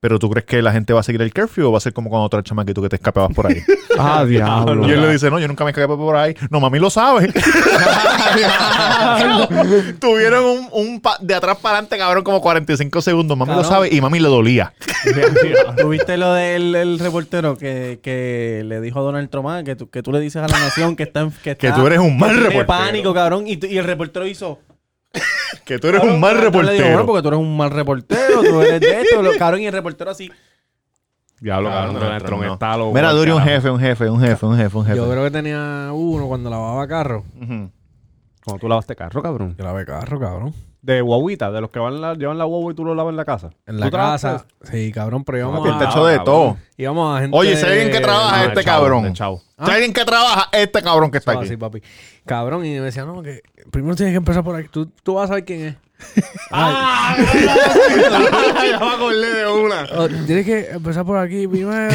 S3: pero ¿tú crees que la gente va a seguir el curfew o va a ser como cuando otra chamaquito que te escapabas por ahí?
S1: Ah, diablo.
S3: y él le dice, no, yo nunca me escapé por ahí. No, mami lo sabe. Tuvieron un, un pa- de atrás para adelante, cabrón, como 45 segundos. Mami lo
S5: Cabrón.
S3: sabe y mami le dolía.
S5: ¿Tuviste lo del el reportero que, que le dijo a Donald Trump ah, que tú, que tú le dices a la nación que está en- que,
S3: Que
S5: está-
S3: tú eres un mal
S5: que tiene
S3: reportero.
S5: Ah, pánico, cabrón, y, tú- y el reportero hizo
S3: Que tú eres un mal
S5: Cabrón, le digo,
S3: reportero.
S5: bueno, porque tú eres un mal reportero, tú eres de esto, lo- cabrón, y el reportero así.
S1: Diablo, cabrón.
S3: Cabrón,
S1: Donald Trump
S3: no.
S1: está loco,
S3: Mira, Duri, un
S1: carajo.
S3: jefe, un jefe, un jefe, un jefe, Mm. un jefe.
S2: Yo creo que tenía uno cuando lavaba carro.
S3: Ujú.
S1: Cuando tú lavaste carro, cabrón.
S2: Yo lavé carro, cabrón.
S1: De guaguita, de los que van la, llevan la guagua y tú lo lavas en la casa.
S2: En
S1: ¿Tú
S2: la
S1: trabajas
S2: casa. Sí, cabrón, pero íbamos
S3: Papi, el
S2: a...
S3: techo de
S1: cabrón.
S3: todo.
S2: Íbamos a gente...
S3: Oye, si hay alguien que trabaja,
S1: Ah,
S3: este
S1: chao,
S3: cabrón.
S1: chao.
S3: Si hay alguien que trabaja, este cabrón que está
S2: Estaba
S3: aquí.
S2: así, papi. Cabrón, y me decía, no, que primero tienes que empezar por aquí. Tú, tú vas a saber quién es.
S3: Ah.
S1: Ya me acordé de una.
S2: O, oh, tienes que empezar por aquí primero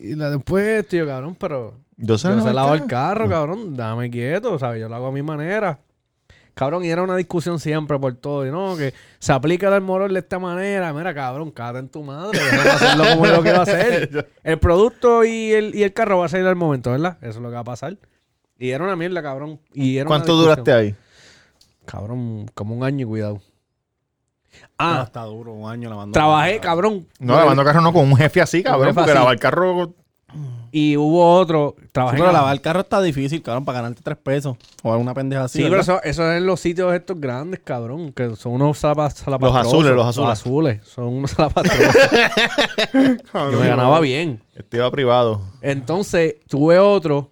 S2: y la después esto. Y yo, cabrón, pero
S3: Yo
S2: yo se lavo el
S3: carro.
S2: carro, cabrón. Dame quieto, ¿sabes? Yo lo hago a mi manera. Cabrón, y era una discusión siempre por todo. Y no, que se aplica el morón de esta manera. Mira, cabrón, cágate en tu madre. Déjame hacerlo como yo lo quiero hacer. El producto y el, y el carro va a salir al momento, ¿verdad? Eso es lo que va a pasar. Y era una mierda, cabrón. Y era una
S3: ¿Cuánto
S2: discusión.
S3: duraste ahí?
S2: Cabrón, como un año y cuidado. Ah,
S5: está duro, un año lavando.
S2: trabajé, cabrón.
S3: No, lavando carro no con un jefe así, cabrón.
S2: jefe
S3: Porque
S2: así.
S3: lavar carro.
S2: Y hubo otro. Trabajé.
S5: Sí, pero
S2: cabrón.
S5: lavar el carro está difícil, cabrón, para ganarte tres pesos o alguna pendeja así.
S2: Sí, pero
S5: ¿verdad?
S2: eso, eso es en los sitios estos grandes, cabrón. Que son unos salapas, salapastrosos.
S3: azules, los azules.
S2: son unos salapastrosos. Yo me ganaba bien.
S3: Este iba privado.
S2: Entonces, tuve otro.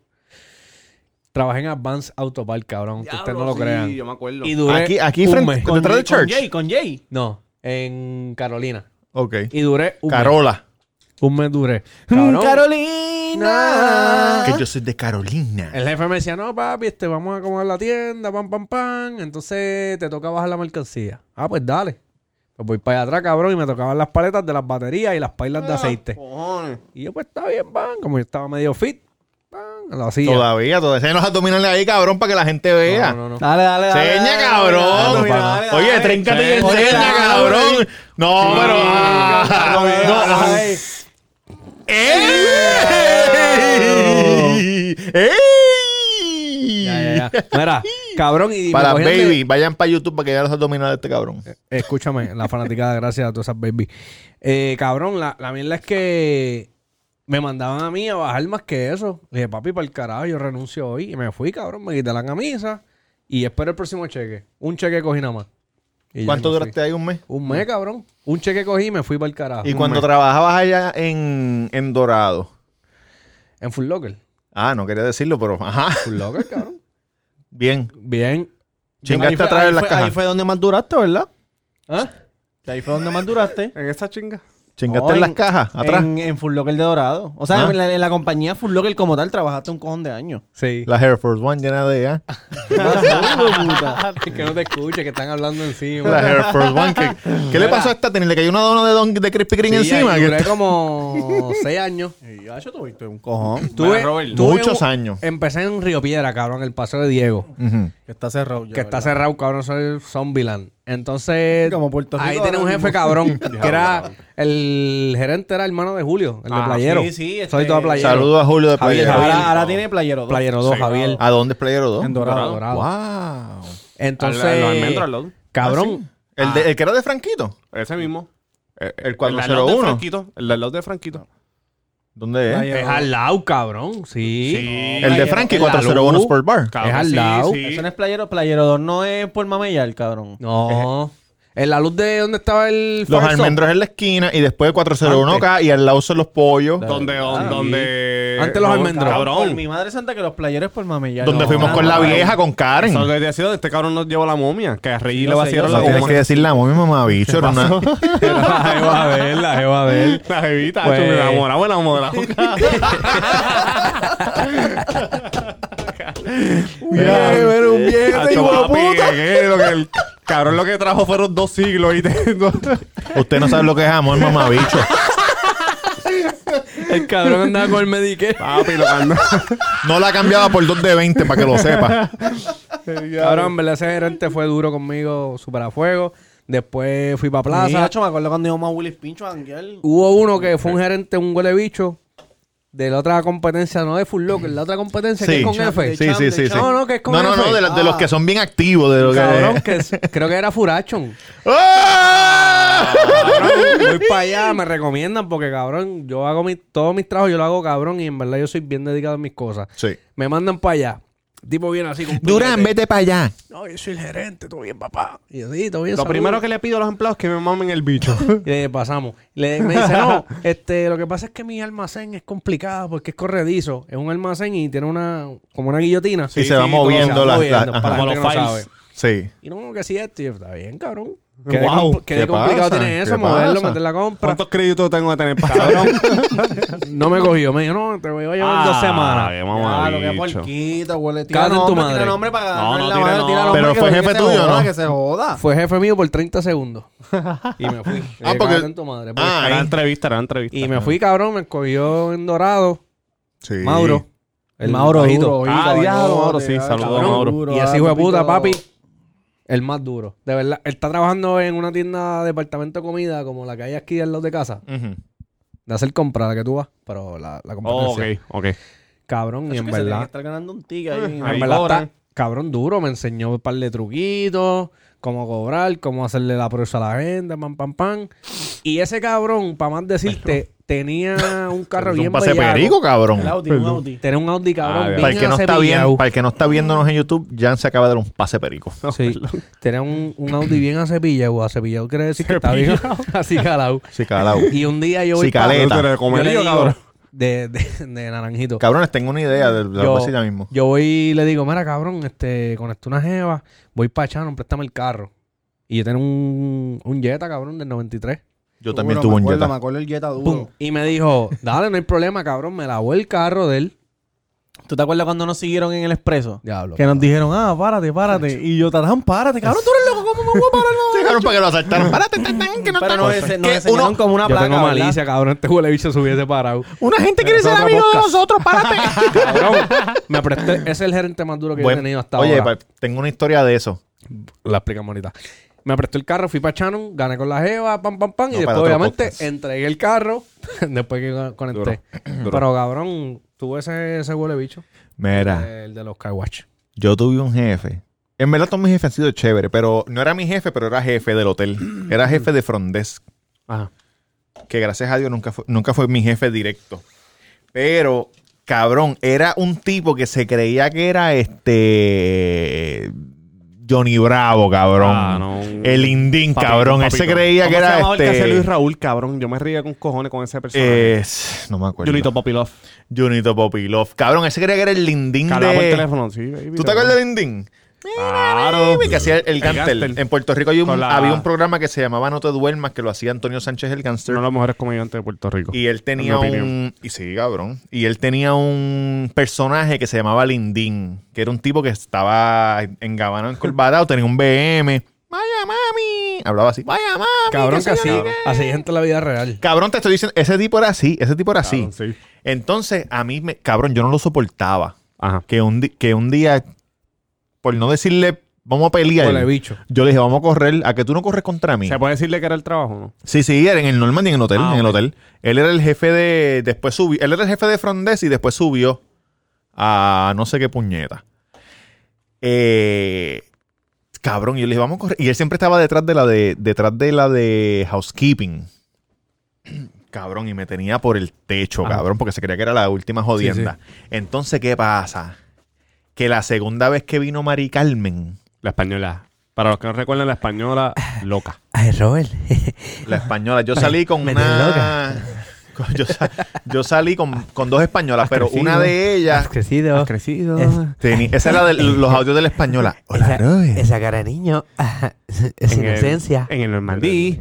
S2: Trabajé en Advance Autopark, cabrón. que ustedes no lo
S1: sí,
S2: crean.
S1: yo me acuerdo.
S2: Y duré
S3: Aquí, aquí
S2: un
S3: frente.
S2: mes.
S3: Detrás de
S5: Con
S3: Church.
S5: Jay, con Jay.
S2: No, en Carolina.
S3: Ok.
S2: Y duré un mes.
S3: Carola.
S2: Un mes duré.
S5: Mm,
S2: Cabrón, Ah.
S5: Carolina.
S3: Que yo soy de Carolina.
S2: El jefe me decía, no, papi, este, vamos a acomodar la tienda, pam, pam, pam. Entonces te toca bajar la mercancía. Ah, pues dale. Pues voy para allá atrás, cabrón, y me tocaban las paletas de las baterías y las pailas de aceite. Y yo, pues está bien, pam. Como yo estaba medio fit, pam, lo hacía.
S3: Todavía, todavía. Se los abdominales ahí, cabrón, para que la gente vea.
S5: Ah,
S2: No, no, no.
S5: Dale, dale, dale.
S3: Seña,
S5: dale,
S3: cabrón.
S5: dale, dale, dale,
S3: Oye,
S5: dale.
S3: tríncate y
S5: Oye,
S3: enseña,
S5: dale,
S3: cabrón. No, pero. ah, no, no.
S5: Ay,
S3: ¡Ey! ¡Ey!
S2: Ya, ya, ya. Mira, cabrón, y me
S3: Para
S2: cogían de- Eh,
S3: baby, vayan para YouTube para que vean los abdominales de este cabrón.
S2: Escúchame, la fanaticada, gracias a todas esas baby. Eh, cabrón, la, la mierda es que me mandaban a mí a bajar más que eso. Le dije, papi, para el carajo, yo renuncio hoy. Y me fui, cabrón, me quité la camisa y espero el próximo cheque. Un cheque cogí nada más. Y ya
S3: ¿Cuánto
S2: me fui.
S3: duraste ahí? ¿Un mes?
S2: Un mes, cabrón. Un cheque cogí y me fui para el carajo.
S3: ¿Y
S2: Un
S3: cuando
S2: mes.
S3: trabajabas allá en, en Dorado?
S2: En Full Locker.
S3: Ah, no quería decirlo, pero ajá.
S2: Full Locker, cabrón.
S3: Bien.
S2: Bien.
S5: Ahí
S3: Chingaste
S5: fue,
S3: atrás
S5: ahí
S3: en las
S5: fue- ahí
S3: cajas.
S5: fue donde más duraste, ¿verdad?
S2: ¿Ah?
S5: Que Ahí fue donde más duraste.
S1: En esa chinga.
S3: Chingaste
S5: Oh,
S3: en las
S5: en-
S3: cajas, atrás.
S5: En, en Full Locker de Dorado. O sea,
S3: Ah.
S5: en, la, en la compañía Full Locker como tal trabajaste un cojón de años.
S2: Sí.
S3: La Air Force One llena de ¿eh? gas.
S2: que no te escuche, que están hablando encima.
S3: La Air Force One. que- ¿Qué, le pasó a esta? Tenía- Le cayó una dona de, don, de Krispy Kreme
S2: Sí,
S3: encima.
S2: ahí
S3: que-
S2: duré como seis años.
S5: Y ya, yo tuviste un cojón.
S2: Tuve-
S1: Mira, Robert,
S2: tuve
S3: muchos
S2: un-
S3: años.
S2: Empecé en Río Piedra, cabrón, el paseo de Diego.
S3: Ujú.
S5: Que está cerrado. ya,
S2: que está
S5: ¿verdad?
S2: cerrado, cabrón, soy Zombieland. Entonces,
S5: Como Puerto Rico
S2: ahí tiene un
S5: ahora mismo.
S2: jefe, cabrón, que era el gerente, era hermano de Julio, el de
S5: Ah,
S2: Playero.
S5: sí, sí, este-
S2: Soy todo playero.
S3: Saludos a Julio de
S2: Javier,
S3: Playero.
S5: Ahora, ahora tiene Playero 2.
S2: Playero 2, Javier.
S1: Ah,
S3: ¿A dónde es Playero 2?
S5: En Dorado.
S2: Dorado.
S3: ¡Wow! ¿Ah,
S2: Entonces,
S1: Al- al- al almendro, al lado.
S2: cabrón,
S5: ¿Ah,
S2: Ah.
S3: ¿El, de- el que era de Franquito?
S1: Ese mismo.
S3: El, el
S1: El de al lado de
S3: 401.
S1: Franquito. El de al lado de Franquito.
S3: ¿Dónde es?
S5: Playero
S2: es al lado, cabrón, sí.
S3: el de Frankie 401 Sport Bar.
S1: Cabrón,
S2: Es al
S1: sí,
S2: lado.
S1: sí.
S5: Eso no es Playero. Playero 2 no es por mamellar, cabrón.
S2: No. En la luz de donde estaba el
S3: Los
S2: fire shop.
S3: almendros en la esquina y después el 401 acá y al lado son los pollos.
S1: Donde,
S2: Ah,
S1: donde.
S2: Antes los almendros.
S5: Por
S1: Cabrón.
S5: mi madre santa que los playeros es por mamellar.
S3: Donde
S5: No,
S3: fuimos
S5: no,
S3: con
S5: no,
S3: la
S5: no.
S3: vieja, con Karen.
S1: Eso que te decía, este cabrón nos llevó la momia. Que a Rey le
S5: lo sé,
S1: vaciaron
S5: yo
S3: No
S1: la
S5: sé.
S3: tienes que
S1: momia.
S3: decir la misma mamabicho. Era una...
S2: la jeva de él, la jeva de él.
S1: La jevita,
S2: Pues-
S1: pues... me enamoraba, me enamoraba.
S3: Mira,
S2: eh,
S5: Pero un viejo.
S1: Hacho, papi, que lo que el cabrón lo que trajo fueron dos siglos y tengo.
S3: Usted no sabe lo que es amor, mamabicho.
S2: El cabrón andaba con el medique.
S1: Papi, lo que anda-
S3: No la cambiaba por 2 de 20 para que lo sepa.
S2: Cabrón, en verdad, ese gerente fue duro conmigo, super a fuego. Después fui para
S5: Plaza.
S2: plaza.
S5: Nacho, me acuerdo cuando íbamos a Willis Pincho a janguear.
S2: Hubo uno que fue un gerente, un huele bicho, de la otra competencia, no de Full Locker, la otra competencia que es con F.
S3: Sí, sí, sí, sí.
S2: No, no, que es con
S3: No, no,
S2: F. Ah.
S3: no, de, la- de los que son bien activos. De los
S2: Cabrón,
S3: que...
S2: que es- creo que era Furachon.
S3: ¡Ah!
S2: Cabrón, voy para allá, me recomiendan porque, cabrón, yo hago mis- todos mis trabajos, yo lo hago, cabrón, y en verdad yo soy bien dedicado a mis cosas.
S3: Sí.
S2: Me mandan para allá. El tipo viene así con
S3: Durán, vete para allá.
S2: No, yo soy el gerente, todo bien, papá. Y yo, sí, todo bien.
S1: Lo
S2: saludos".
S1: primero que le pido a los empleados es que me mamen el bicho.
S2: Y le pasamos. Le, me dice, no, este, lo que pasa es que mi almacén es complicado porque es corredizo. Es un almacén y tiene una, como una guillotina.
S3: y se va moviendo
S2: todo se va
S3: la-
S2: moviendo,
S3: la-
S2: para la
S3: ajá.
S2: gente que no sabe.
S3: Sí.
S2: Y no, que si esto. Y yo, está bien, cabrón. Qué, de
S3: Wow,
S2: compl- qué de
S3: ¿qué
S2: complicado
S3: pasa?
S2: tiene eso,
S3: ¿Qué
S2: moverlo,
S3: pasa?
S2: meter la compra.
S1: ¿Cuántos créditos tengo que tener para cabrón?
S2: No me cogió. Me dijo, no, te voy a llevar dos semanas.
S5: Ah, lo que porquito, huele. Tira
S2: Cágate en tu
S5: nombre,
S2: madre.
S5: tira nombre para
S1: No,
S5: ganar
S1: no
S5: la
S1: tira
S5: madre, tira
S1: nombre.
S5: nombre,
S3: Pero
S5: que
S3: fue
S5: se- que
S3: jefe
S5: se
S3: tuyo,
S5: joda,
S3: ¿no?
S5: Que se joda.
S2: Fue jefe mío por 30 segundos. Y me fui.
S3: Ah,
S2: Eh,
S3: porque-
S2: cágate en tu madre, pues.
S3: Ah,
S1: Era
S3: ahí.
S1: entrevista, era entrevista.
S2: Y me fui, cabrón. Me cogió en Dorado.
S3: Sí.
S2: Mauro.
S5: El Mauro
S2: bajito.
S5: duro,
S1: Ah,
S5: oído,
S1: diablo,
S5: oído,
S1: Mauro, sí,
S5: oído,
S1: saludos,
S5: cabrón,
S1: Mauro.
S5: duro,
S2: Y
S5: ah,
S2: así fue puta, papi.
S5: papito.
S2: El más duro. De verdad. Él está trabajando en una tienda de departamento de comida como la que hay aquí al lado de casa.
S3: Ujú.
S2: De hacer compra, la que tú vas. Pero la, la
S1: Oh,
S2: competencia.
S1: ok, ok.
S2: Cabrón, y
S5: Eso
S2: en
S5: que se tiene que
S2: verdad.
S5: estar ganando un tigre ahí.
S2: En verdad está cabrón duro. Me enseñó un par de truquitos. Cómo cobrar, cómo hacerle la prueba a la gente, pam, pam, pam. Y ese cabrón, para más decirte, tenía un carro
S3: Es
S2: bien
S3: un pase
S2: bellaco.
S3: perico, cabrón.
S5: El Audi, un Audi.
S2: Tenía un Audi, cabrón,
S1: Ah,
S2: bien
S3: Para el, que no está
S2: acebillado.
S3: bien, para el que no está viéndonos en YouTube, Jan se acaba de dar un pase perico.
S2: Sí, tenía un, un Audi bien acepillado. Acepillado quiere decir que está bien así calado.
S3: Sí, calao.
S2: Y un día yo voy
S3: Sí, caleta.
S2: pa-
S3: Tú eres
S1: de comer
S2: yo le
S1: lío,
S2: digo-
S1: cabrón.
S2: De, de- de naranjito.
S3: Cabrones, tengo una idea de la
S2: Yo-
S3: cosita mismo.
S2: Yo voy y le digo, mira, cabrón, este, conecté una jeva, voy para Chano, préstame el carro. Y yo tengo un, un Jetta, cabrón, del 93.
S3: Yo también
S10: Duro,
S3: tuve
S10: me
S3: un
S10: acuerdo,
S3: Jetta.
S10: Me acuerdo el Jetta duro.
S2: Pum. Y me dijo, dale, no hay problema, cabrón. Me lavó el carro de él.
S5: ¿Tú te acuerdas cuando nos siguieron en el expreso?
S2: Diablo.
S10: Que nos dijeron, ah, párate, párate. Y yo, tarán, párate, cabrón, tú eres loco, ¿cómo me voy a parar? No?
S3: Dejaron para que lo asaltaran. Párate, tan, tan, que no
S5: Pero
S3: tan-
S5: nos, ense- nos
S3: que
S5: enseñaron
S3: uno-
S5: como una
S2: Yo
S5: placa,
S2: tengo
S5: ¿verdad?
S2: malicia, cabrón. Este huele bicho se hubiese parado.
S10: Una gente quiere ser
S2: Otra
S10: amigo de
S2: podcast.
S10: nosotros, párate.
S2: Cabrón, me presté. Ese es el gerente más duro que
S3: Bueno,
S2: yo he tenido hasta
S3: Oye, pues-
S2: ahora.
S3: pa- tengo una historia de eso.
S2: La explicamos ahorita. Me prestó el carro, fui para Shannon, gané con la Jeva, pam, pam, pam.
S3: No,
S2: y después,
S3: para otro
S2: obviamente,
S3: podcast.
S2: entregué el carro después que conecté. Pero, cabrón, tuve ese, ese huele bicho.
S3: Mira.
S2: El de los car wash.
S3: Yo tuve un jefe. En verdad todos mis jefes han sido chéveres, pero no era mi jefe, pero era jefe del hotel. Era jefe de front desk,
S2: Ajá.
S3: que gracias a Dios nunca fue, nunca fue mi jefe directo. Pero, cabrón, era un tipo que se creía que era este... Johnny Bravo, cabrón.
S1: Ah, no, un-
S3: El Indín,
S1: Papito,
S3: cabrón. Él
S1: papito.
S3: se creía que
S1: ¿Cómo se
S3: era
S1: llamaba el que hacía Luis
S3: este...
S1: Raúl, cabrón. Yo me ría con cojones con ese personaje.
S3: Eh, no me acuerdo.
S1: Junito Popilov.
S3: Junito Popilov. Cabrón, él se creía que era el Lindín
S1: Calaba por
S3: de...
S1: teléfono, sí, baby.
S3: ¿Tú te acuerdas del Lindín?
S1: Claro.
S3: que hacía el, el gánster.
S1: gánster.
S3: En Puerto Rico hay un-
S1: Con la-
S3: había un programa que se llamaba No te duermas, que lo hacía Antonio Sánchez el gánster.
S1: Uno de los mejores comediantes de Puerto Rico.
S3: y él tenía
S1: en mi opinión.
S3: un... Y sí, cabrón. Y él tenía un personaje que se llamaba Lindín, que era un tipo que estaba en Gabana, encorbatado, tenía un BM. ¡Vaya, mami! Hablaba así. ¡Vaya, mami!
S2: Cabrón,
S3: qué
S2: que
S3: sé
S2: así,
S3: yo qué".
S2: así hay gente en la vida real.
S3: Cabrón, te estoy diciendo... Ese tipo era así. Ese tipo era así.
S1: Cabrón, sí.
S3: Entonces, a mí... Me, cabrón, yo no lo soportaba.
S1: Ajá.
S3: Que un, di- que un día, por no decirle... Vamos a pelear.
S2: Huele bicho.
S3: Yo le dije, vamos a correr, a que tú no corres contra mí.
S1: ¿Se puede decirle que era el trabajo, no?
S3: Sí, sí, era en el Normandy, en el hotel,
S1: Ah,
S3: en el
S1: ok.
S3: hotel. Él era el jefe de, después subió, él era el jefe de Frondes y después subió a no sé qué puñeta. Eh, cabrón, y yo le dije, vamos a correr. Y él siempre estaba detrás de la de, detrás de la de housekeeping. Cabrón, y me tenía por el
S1: Ah.
S3: techo, cabrón, porque se creía que era la última jodienda. Entonces, ¿qué pasa? Que la segunda vez que vino Mari Carmen,
S1: La española. Para los que no recuerdan, la española loca.
S2: Ay, Robert.
S3: La española. Yo salí con
S2: me
S3: una.
S2: traes
S3: con- Yo, sa- yo salí con, con dos españolas, pero una de ellas.
S2: crecido.
S1: Crecido.
S3: teni- esa era de los audios de la española. Hola, Robert.
S2: cara de niño. Es
S1: En el Normandí.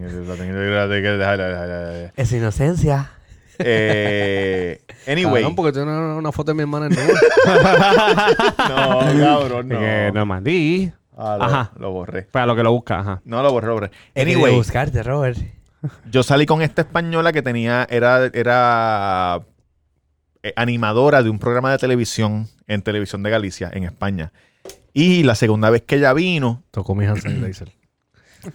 S2: Es inocencia.
S3: Eh, anyway.
S2: Cabrón, porque tengo una, una foto de mi hermana en nuevo.
S3: No, cabrón,
S1: En el
S3: no.
S1: Normandí.
S3: Ah, lo,
S1: Ajá.
S3: lo borré.
S1: Para lo que lo busca, ajá.
S3: No, lo borré, lo borré. Anyway,
S2: buscarte, Robert.
S3: yo salí con esta española que tenía. Era. era eh, animadora de un programa de televisión en Televisión de Galicia, en España. Y la segunda vez que ella vino,
S2: Tocó mi Hansen Laser.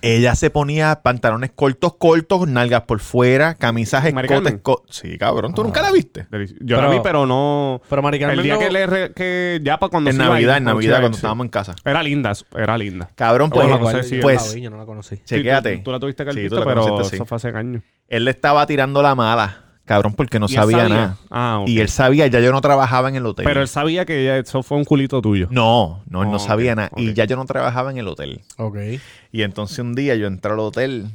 S3: Ella se ponía pantalones cortos, cortos, nalgas por fuera, camisas
S1: Mari Carmen.
S3: escotes. co- sí, cabrón,
S1: Ah.
S3: tú nunca la viste.
S1: Delici- Yo
S2: Pero-
S1: la vi, pero no.
S2: Pero Maricarmen
S1: el día
S2: no-
S1: que le re- que ya para cuando
S3: En
S1: se iba
S3: Navidad,
S1: ahí,
S3: en
S1: cuando se
S3: Navidad,
S1: iba ahí,
S3: cuando
S1: sí.
S3: estábamos en casa.
S1: Era linda, era linda.
S3: Cabrón, pues,
S1: Bueno,
S3: eh,
S1: la cosa
S2: Igual,
S1: es
S2: yo
S1: pues-
S2: la vi, yo no la conocí.
S1: Sí, tú-
S3: chequéate.
S1: Tú, la tuviste que
S3: Sí,
S1: sí,
S3: tú la
S1: pero
S3: conociste, sí.
S1: eso fue hace años.
S3: Él le estaba tirando la mala, cabrón, porque no
S1: Y él
S3: sabía, nada.
S1: Ah, ok.
S3: Y él sabía, ya yo no trabajaba en el hotel.
S1: Pero él sabía que ya eso fue un culito tuyo.
S3: No, no, él no
S1: Oh,
S3: sabía
S1: ok,
S3: nada. Y
S1: ok.
S3: ya yo no trabajaba en el hotel.
S2: Ok.
S3: Y entonces un día yo entré al hotel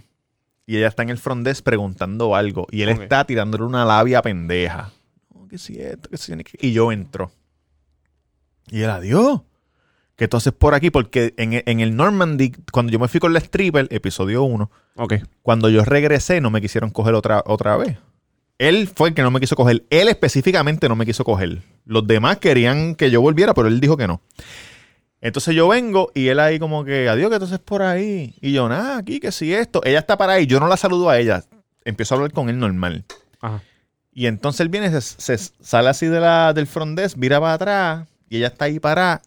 S3: y ella está en el front desk preguntando algo. Y él
S1: Ok.
S3: está tirándole una labia pendeja. No, ¿Qué si esto? ¿Qué si- qué- Y yo entro. Y él, adiós. ¿Qué tú haces por aquí? Porque en, en el Normandy, cuando yo me fui con la stripper, episodio 1,
S1: Ok.
S3: cuando yo regresé no me quisieron coger otra, otra vez. Él fue el que no me quiso coger. Él específicamente no me quiso coger. Los demás querían que yo volviera, pero él dijo que no. Entonces yo vengo y él ahí como que, adiós, que entonces por ahí. Y yo, nada, aquí, que si esto. Ella está para ahí. Yo no la saludo a ella. Empiezo a hablar con él normal.
S1: Ajá.
S3: Y entonces él viene, se, se sale así de la, del front desk, mira para atrás. Y ella está ahí parada.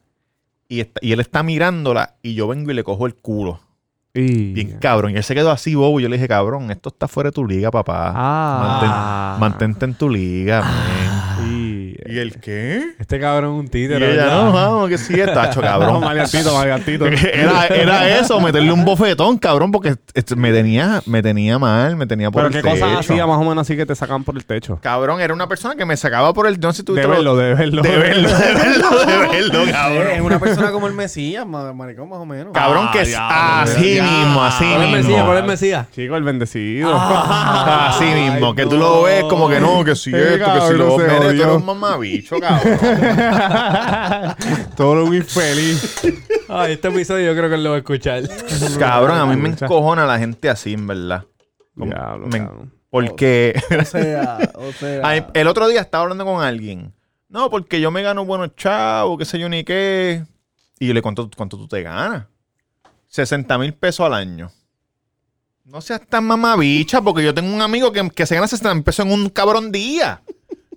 S3: Y, está- y él está mirándola. Y yo vengo y le cojo el culo.
S1: Y...
S3: Bien cabrón. Y él se quedó así, bobo. Y yo le dije, cabrón, esto está fuera de tu liga, papá.
S1: Ah.
S3: Mantén- mantente en tu liga, man.
S1: Y...
S3: ¿Y el qué?
S2: Este cabrón es un
S3: Y
S2: títere.
S3: ella,
S2: ¿verdad?
S3: no, vamos, que sí, está hecho, cabrón.
S1: Cabrón, maleantito, maleantito.
S3: era, era eso, meterle un bofetón, cabrón, porque est- me tenía, me tenía mal, me tenía por
S1: Pero
S3: el
S1: qué cosas
S3: techo.
S1: hacía más o menos así que te sacan por el techo.
S3: Cabrón, era una persona que me sacaba por el... No sé si tú
S1: De
S3: te lo-
S1: verlo, de verlo.
S3: De verlo, de verlo, de verlo,
S5: Es
S3: cabrón.
S5: una persona como el Mesías, ma- maricón, más o menos.
S3: Cabrón, que
S1: Ah,
S3: es
S1: diablo,
S3: así
S1: diablo.
S3: mismo, así
S5: Ah,
S2: ¿Cuál es
S3: mismo.
S2: Mesías? ¿Cuál es Mesías?
S1: Chico, el bendecido.
S2: Ah.
S3: Así Ah, mismo, que tú lo ves como que no, que si
S1: Sí,
S3: esto, que si
S1: cabrón,
S3: lo
S1: se
S3: Mire, tú
S1: jodió.
S3: eres un mamabicho, cabrón.
S1: Todo lo infeliz.
S5: Ah,
S2: Ay, este episodio yo creo que él lo va a escuchar.
S3: cabrón, a mí me encojona la gente así, en verdad.
S11: Como-
S1: Diablo,
S11: me-
S1: cabrón.
S11: porque
S4: O sea, o sea.
S11: Ay, el otro día estaba hablando con alguien. No, porque yo me gano buenos chavos, qué sé yo ni qué. Y yo le cuánto, cuánto tú te ganas. 60 mil pesos al año. No seas tan mamabicha, porque yo tengo un amigo que, que se gana 60 mil pesos en un cabrón día.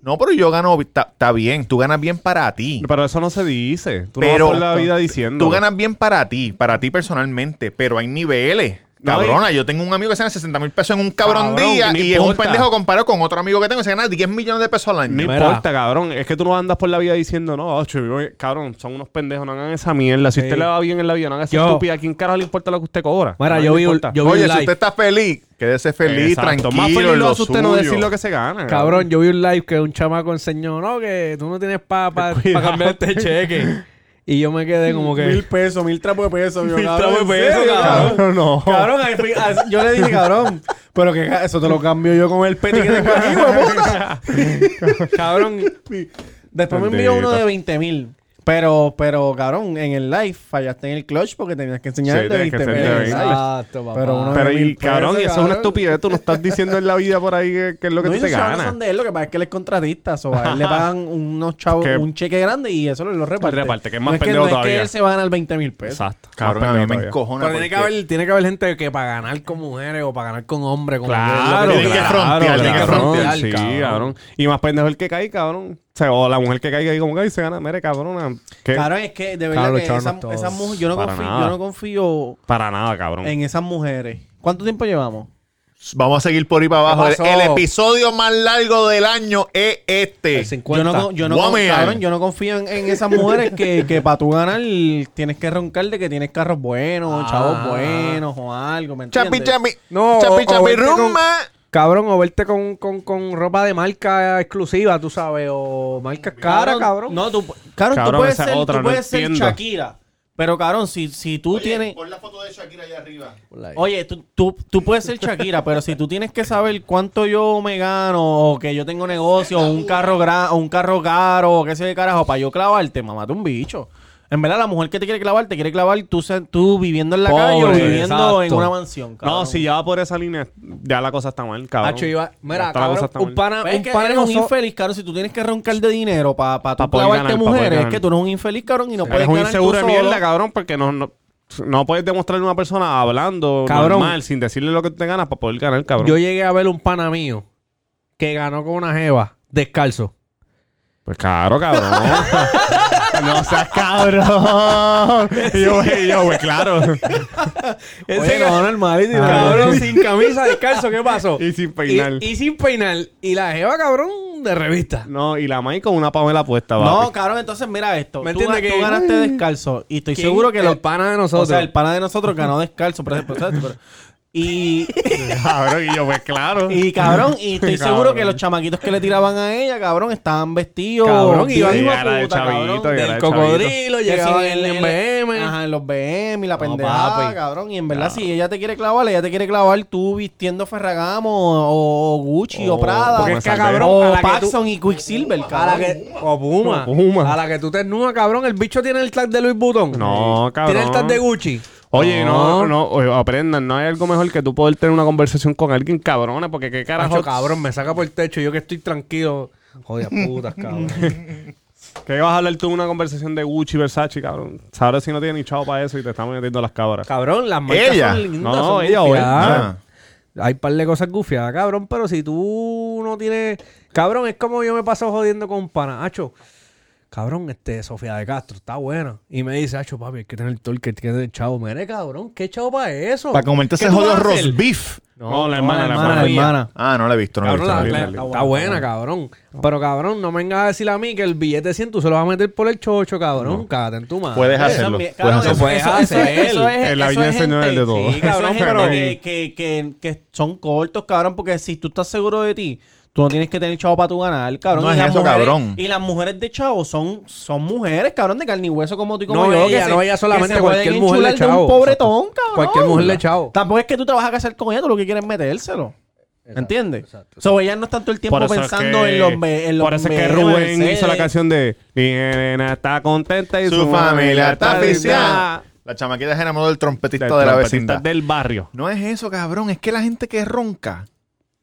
S11: No, pero yo gano, está está bien, tú ganas bien para ti.
S1: Pero eso no se dice. Tú
S11: Pero-
S1: no vas por la vida diciendo.
S11: Tú ganas bien para ti, para ti personalmente, pero hay niveles.
S1: No,
S11: Cabrona, yo tengo un amigo que se gana 60 mil pesos en un cabrón,
S1: Cabrón,
S11: día
S1: no
S11: y es un
S1: importa.
S11: pendejo comparado con otro amigo que tengo que se gana 10 millones de pesos al año.
S1: No importa, cabrón. Es que tú no andas por la vida diciendo, no, ocho, yo- cabrón, son unos pendejos, no hagan esa mierda. Si a usted
S2: Sí.
S1: le va bien en la vida, no haga esa
S2: Yo.
S1: estúpida. ¿A quién carajo le importa lo que usted cobra?
S2: Mira,
S1: No
S2: yo
S1: le
S2: vi un,
S1: importa.
S2: yo vi un
S11: Oye, si
S2: live.
S11: usted está feliz, quédese feliz,
S1: Exacto.
S11: tranquilo.
S1: Más feliz
S11: en
S1: lo
S11: lo
S1: hace usted no
S11: suyo.
S1: decir lo que se gana.
S2: Cabrón, yo vi un live que un chamaco enseñó, no, que tú no tienes para cambiar este cheque. Y yo me quedé como que.
S5: Mil pesos, mil trapos de pesos. Mil
S2: trapos de pesos, cabrón.
S5: Cabrón, no.
S2: "Oh".
S5: Cabrón, al fin- al- yo le dije, cabrón, pero que ca- eso te lo cambio yo con el peti que tengo aquí, hueputa. cabrón. Después me envió uno de 20 mil. Pero, pero, cabrón, en el live fallaste en el clutch porque tenías que enseñar
S1: Sí,
S5: el de
S1: tenías que
S5: 20 mil.
S1: enseñar el
S5: Exacto.
S2: Exacto, papá.
S5: Pero uno-
S1: Pero, y,
S5: Mil pesos,
S1: cabrón, y eso es una
S5: cabrón.
S1: estupidez. Tú no estás diciendo en la vida por ahí que, que es lo que
S5: No,
S1: tú te
S5: esos chavos no
S1: ganas.
S5: son de él, lo que pasa es que él es contratista, o a él le pagan unos chavos,
S1: Que-
S5: un cheque grande y eso lo, lo reparte.
S1: reparte, que es
S5: No
S1: más
S5: que,
S1: pendejo
S5: no es que
S1: todavía.
S5: él se va a ganar 20 mil pesos.
S1: Exacto.
S11: Cabrón, a mí me encojona.
S2: Pero tiene que,
S11: porque
S2: haber, tiene que haber gente que para ganar con mujeres o para ganar con hombres. Como
S1: Claro,
S2: que es lo que-
S11: Tiene que frontear, tiene que
S1: cabrón,
S11: frontear,
S1: Sí, cabrón. Y más pendejo el que cae, cabrón. O, sea, o la mujer que caiga y como que se gana, mire, cabrona. ¿qué?
S5: Cabrón, es que de verdad
S2: Claro,
S5: que
S2: chavos,
S5: esas-
S2: no todos.
S5: esas mujeres, yo no,
S1: Para
S5: confío,
S1: nada.
S5: yo no confío
S1: Para nada, cabrón.
S5: en esas mujeres. ¿Cuánto tiempo llevamos?
S11: Vamos a seguir por ahí para abajo.
S2: ¿Qué
S11: El,
S2: pasó?
S11: el episodio más largo del año es este.
S2: El
S5: Yo
S2: 50.
S5: no, con- yo, no,
S11: Woman.
S5: con- cabrón, yo no confío en, en esas mujeres que, que para tú ganar tienes que roncar de que tienes carros buenos, chavos buenos o algo, ¿me
S11: Ah. Chapi,
S5: entiendes?
S11: chapi.
S2: No,
S11: chapi,
S2: o- o
S11: chapi,
S2: vente con-
S11: rumba.
S2: Cabrón, o verte con, con, con ropa de marca exclusiva, tú sabes, o marcas caras, cabrón.
S5: No, tú, cabrón, tú
S1: Cabrón,
S5: puedes
S1: esa
S5: ser,
S1: otra,
S5: tú
S1: no
S5: puedes ser
S1: entiendo.
S5: Shakira. Pero, cabrón, si, si tú tienes...
S11: la foto de Shakira allá arriba.
S5: Oye, tú, tú, tú puedes ser Shakira, pero si tú tienes que saber cuánto yo me gano, o que yo tengo negocio, o un carro gran, o un carro caro, o qué sé de carajo, para yo clavarte, mamate un bicho. En verdad, la mujer que te quiere clavar, te quiere clavar tú, se- tú viviendo en la calle o
S1: Pobre,
S5: viviendo
S2: exacto.
S5: en una mansión, cabrón.
S1: No, si ya va por esa línea, ya la cosa está mal, cabrón.
S2: Hacho, iba-
S1: Ya
S2: mira,
S1: está la cosa
S2: cabrón,
S1: está
S2: un
S1: mal.
S2: pana,
S5: Pero es
S2: Ah, un
S5: que
S2: pana
S5: eres un
S2: nosotros-
S5: infeliz, cabrón. Si tú tienes que roncar de dinero para pa tú
S1: Pa' poder
S5: clavarte
S1: ganar, pa' poder
S5: mujeres, es
S1: ganar.
S5: que tú no eres un infeliz, cabrón, y no
S1: Eres
S5: puedes
S1: un
S5: ganar tú
S1: inseguro de
S5: solo. Ah,
S1: mierda, cabrón, porque no, no, no puedes demostrarle a una persona hablando
S2: Cabrón.
S1: normal, sin decirle lo que te ganas para poder ganar, cabrón.
S2: Yo llegué a ver un pana mío que ganó con una jeva descalzo.
S1: Pues claro, cabrón. no seas cabrón. Y yo, y yo, pues claro.
S2: Ese ganó normal, cabrón, sin camisa, descalzo, ¿qué pasó?
S1: Y sin peinar.
S2: Y, y sin peinar. Y la jeva, cabrón, de revista.
S1: No, y la May con una pamela puesta,
S5: No,
S1: papi.
S5: cabrón, entonces mira esto.
S2: ¿Me
S5: tú,
S2: entiendes
S5: ga-
S2: que-
S5: tú ganaste descalzo y estoy seguro que
S2: el
S5: los
S2: pana de
S5: O
S2: nosotros.
S5: sea, el pana de nosotros ganó descalzo, por ejemplo. ¿sabes? Pero- y,
S1: Cabrón, y yo, pues claro.
S5: y cabrón, y estoy
S1: Cabrón.
S5: seguro que los chamaquitos que le tiraban a ella, cabrón, estaban vestidos.
S2: Cabrón, iban
S5: hijo de
S1: a la de
S5: puta, cabrón,
S1: chavito, y a la
S5: del
S1: de chavito.
S2: cocodrilo,
S5: que
S2: llegaba
S5: si
S2: en el BM.
S5: Ajá, en los BM y la
S2: papi.
S5: pendejada, cabrón. Y en verdad, si ella te quiere clavar, ella te quiere clavar tú vistiendo Ferragamo o, o Gucci o Prada.
S2: Oh, porque es que,
S5: o
S2: cabrón, a la que tú-
S5: Paxson y Quicksilver,
S2: A la
S5: cabrón.
S2: que, o Puma.
S1: Puma.
S2: A la que tú te desnudas, cabrón. El bicho tiene el tag de Luis Butón.
S1: No, cabrón.
S2: Tiene el tag de Gucci.
S1: Oye, no, no, oye, aprendan, no hay algo mejor que tú poder tener una conversación con alguien cabrona, porque qué carajo.
S2: Macho, cabrón, me saca por el techo. Yo que estoy tranquilo. Joder, putas, cabrón.
S1: ¿Qué vas a hablar tú de una conversación de Gucci Versace, cabrón? Ahora si no tiene ni chavo para eso y te están metiendo las cabras.
S2: Cabrón, las marcas
S11: Ella.
S2: son lindas.
S1: No,
S2: son
S1: ella o él.
S2: gufiadas.
S11: Ah.
S2: Hay un par de cosas gufiadas, cabrón, pero si tú no tienes... Cabrón, es como yo me paso jodiendo con un pana. Acho, cabrón, este, Sofía de Castro, está buena. Y me dice, Acho, papi, hay que tener el torque, hay que tener el chavo. Mire, cabrón, ¿qué chavo para eso?
S11: Para comerte
S2: ¿Qué
S11: ese
S2: tú
S11: jodido
S2: vas a hacer?
S11: roast beef.
S1: No, la hermana, la hermana.
S11: Ah, no la he visto, no la he
S2: Cabrón,
S11: visto. no
S2: la-
S11: la he
S2: la-
S11: visto.
S2: está, buena, cabrón. Pero, cabrón, no me vengas a decir a mí que el billete 100 tú se lo vas a meter por el chocho, cabrón. Cágate en tu madre.
S11: Puedes
S5: Eso es
S11: hacerlo.
S5: mi-
S1: Pues
S11: Puedes
S5: cabrón,
S11: hacerlo.
S5: eso-
S2: Puedes
S5: eso- eso-
S2: hacer.
S5: eso es-
S1: En la
S5: eso
S1: viña
S5: es
S1: del Señor es
S5: gente-
S1: de todo.
S5: Sí, cabrón,
S1: Eso es
S5: pero
S1: gente.
S5: que, que, que, que son cortos, cabrón, porque si tú estás seguro de ti, tú no tienes que tener chavo para tu ganar, cabrón.
S11: No
S5: y
S11: es
S5: las
S11: eso,
S5: mujeres-
S11: cabrón.
S5: Y las mujeres de chavo son, son mujeres, cabrón, de carne y hueso como tú y como
S2: No
S5: yo. que
S2: ella,
S5: se-
S2: no ella
S5: que
S2: solamente,
S5: se pueden
S2: cualquier mujer le
S5: enchular de
S2: chavo.
S5: un pobretón, cabrón.
S2: Cualquier mujer le chavo.
S5: Tampoco es que tú te vas a casar con ella, tú lo que quieres es metérselo. ¿Entiendes? So, ellas no están todo el tiempo
S1: Por eso es
S5: pensando
S1: que-
S5: en los be- en los
S1: Por eso es que
S5: be-
S1: Rubén hizo la
S5: Mercedes.
S1: canción de Mi nena está contenta y
S11: Su familia está
S1: feliz".
S11: oficial.
S3: La chamaquita se enamoró del trompetista
S1: Del
S3: de la
S1: trompetista
S3: vecindad.
S1: del barrio.
S3: No es eso, cabrón. Es que la gente que ronca,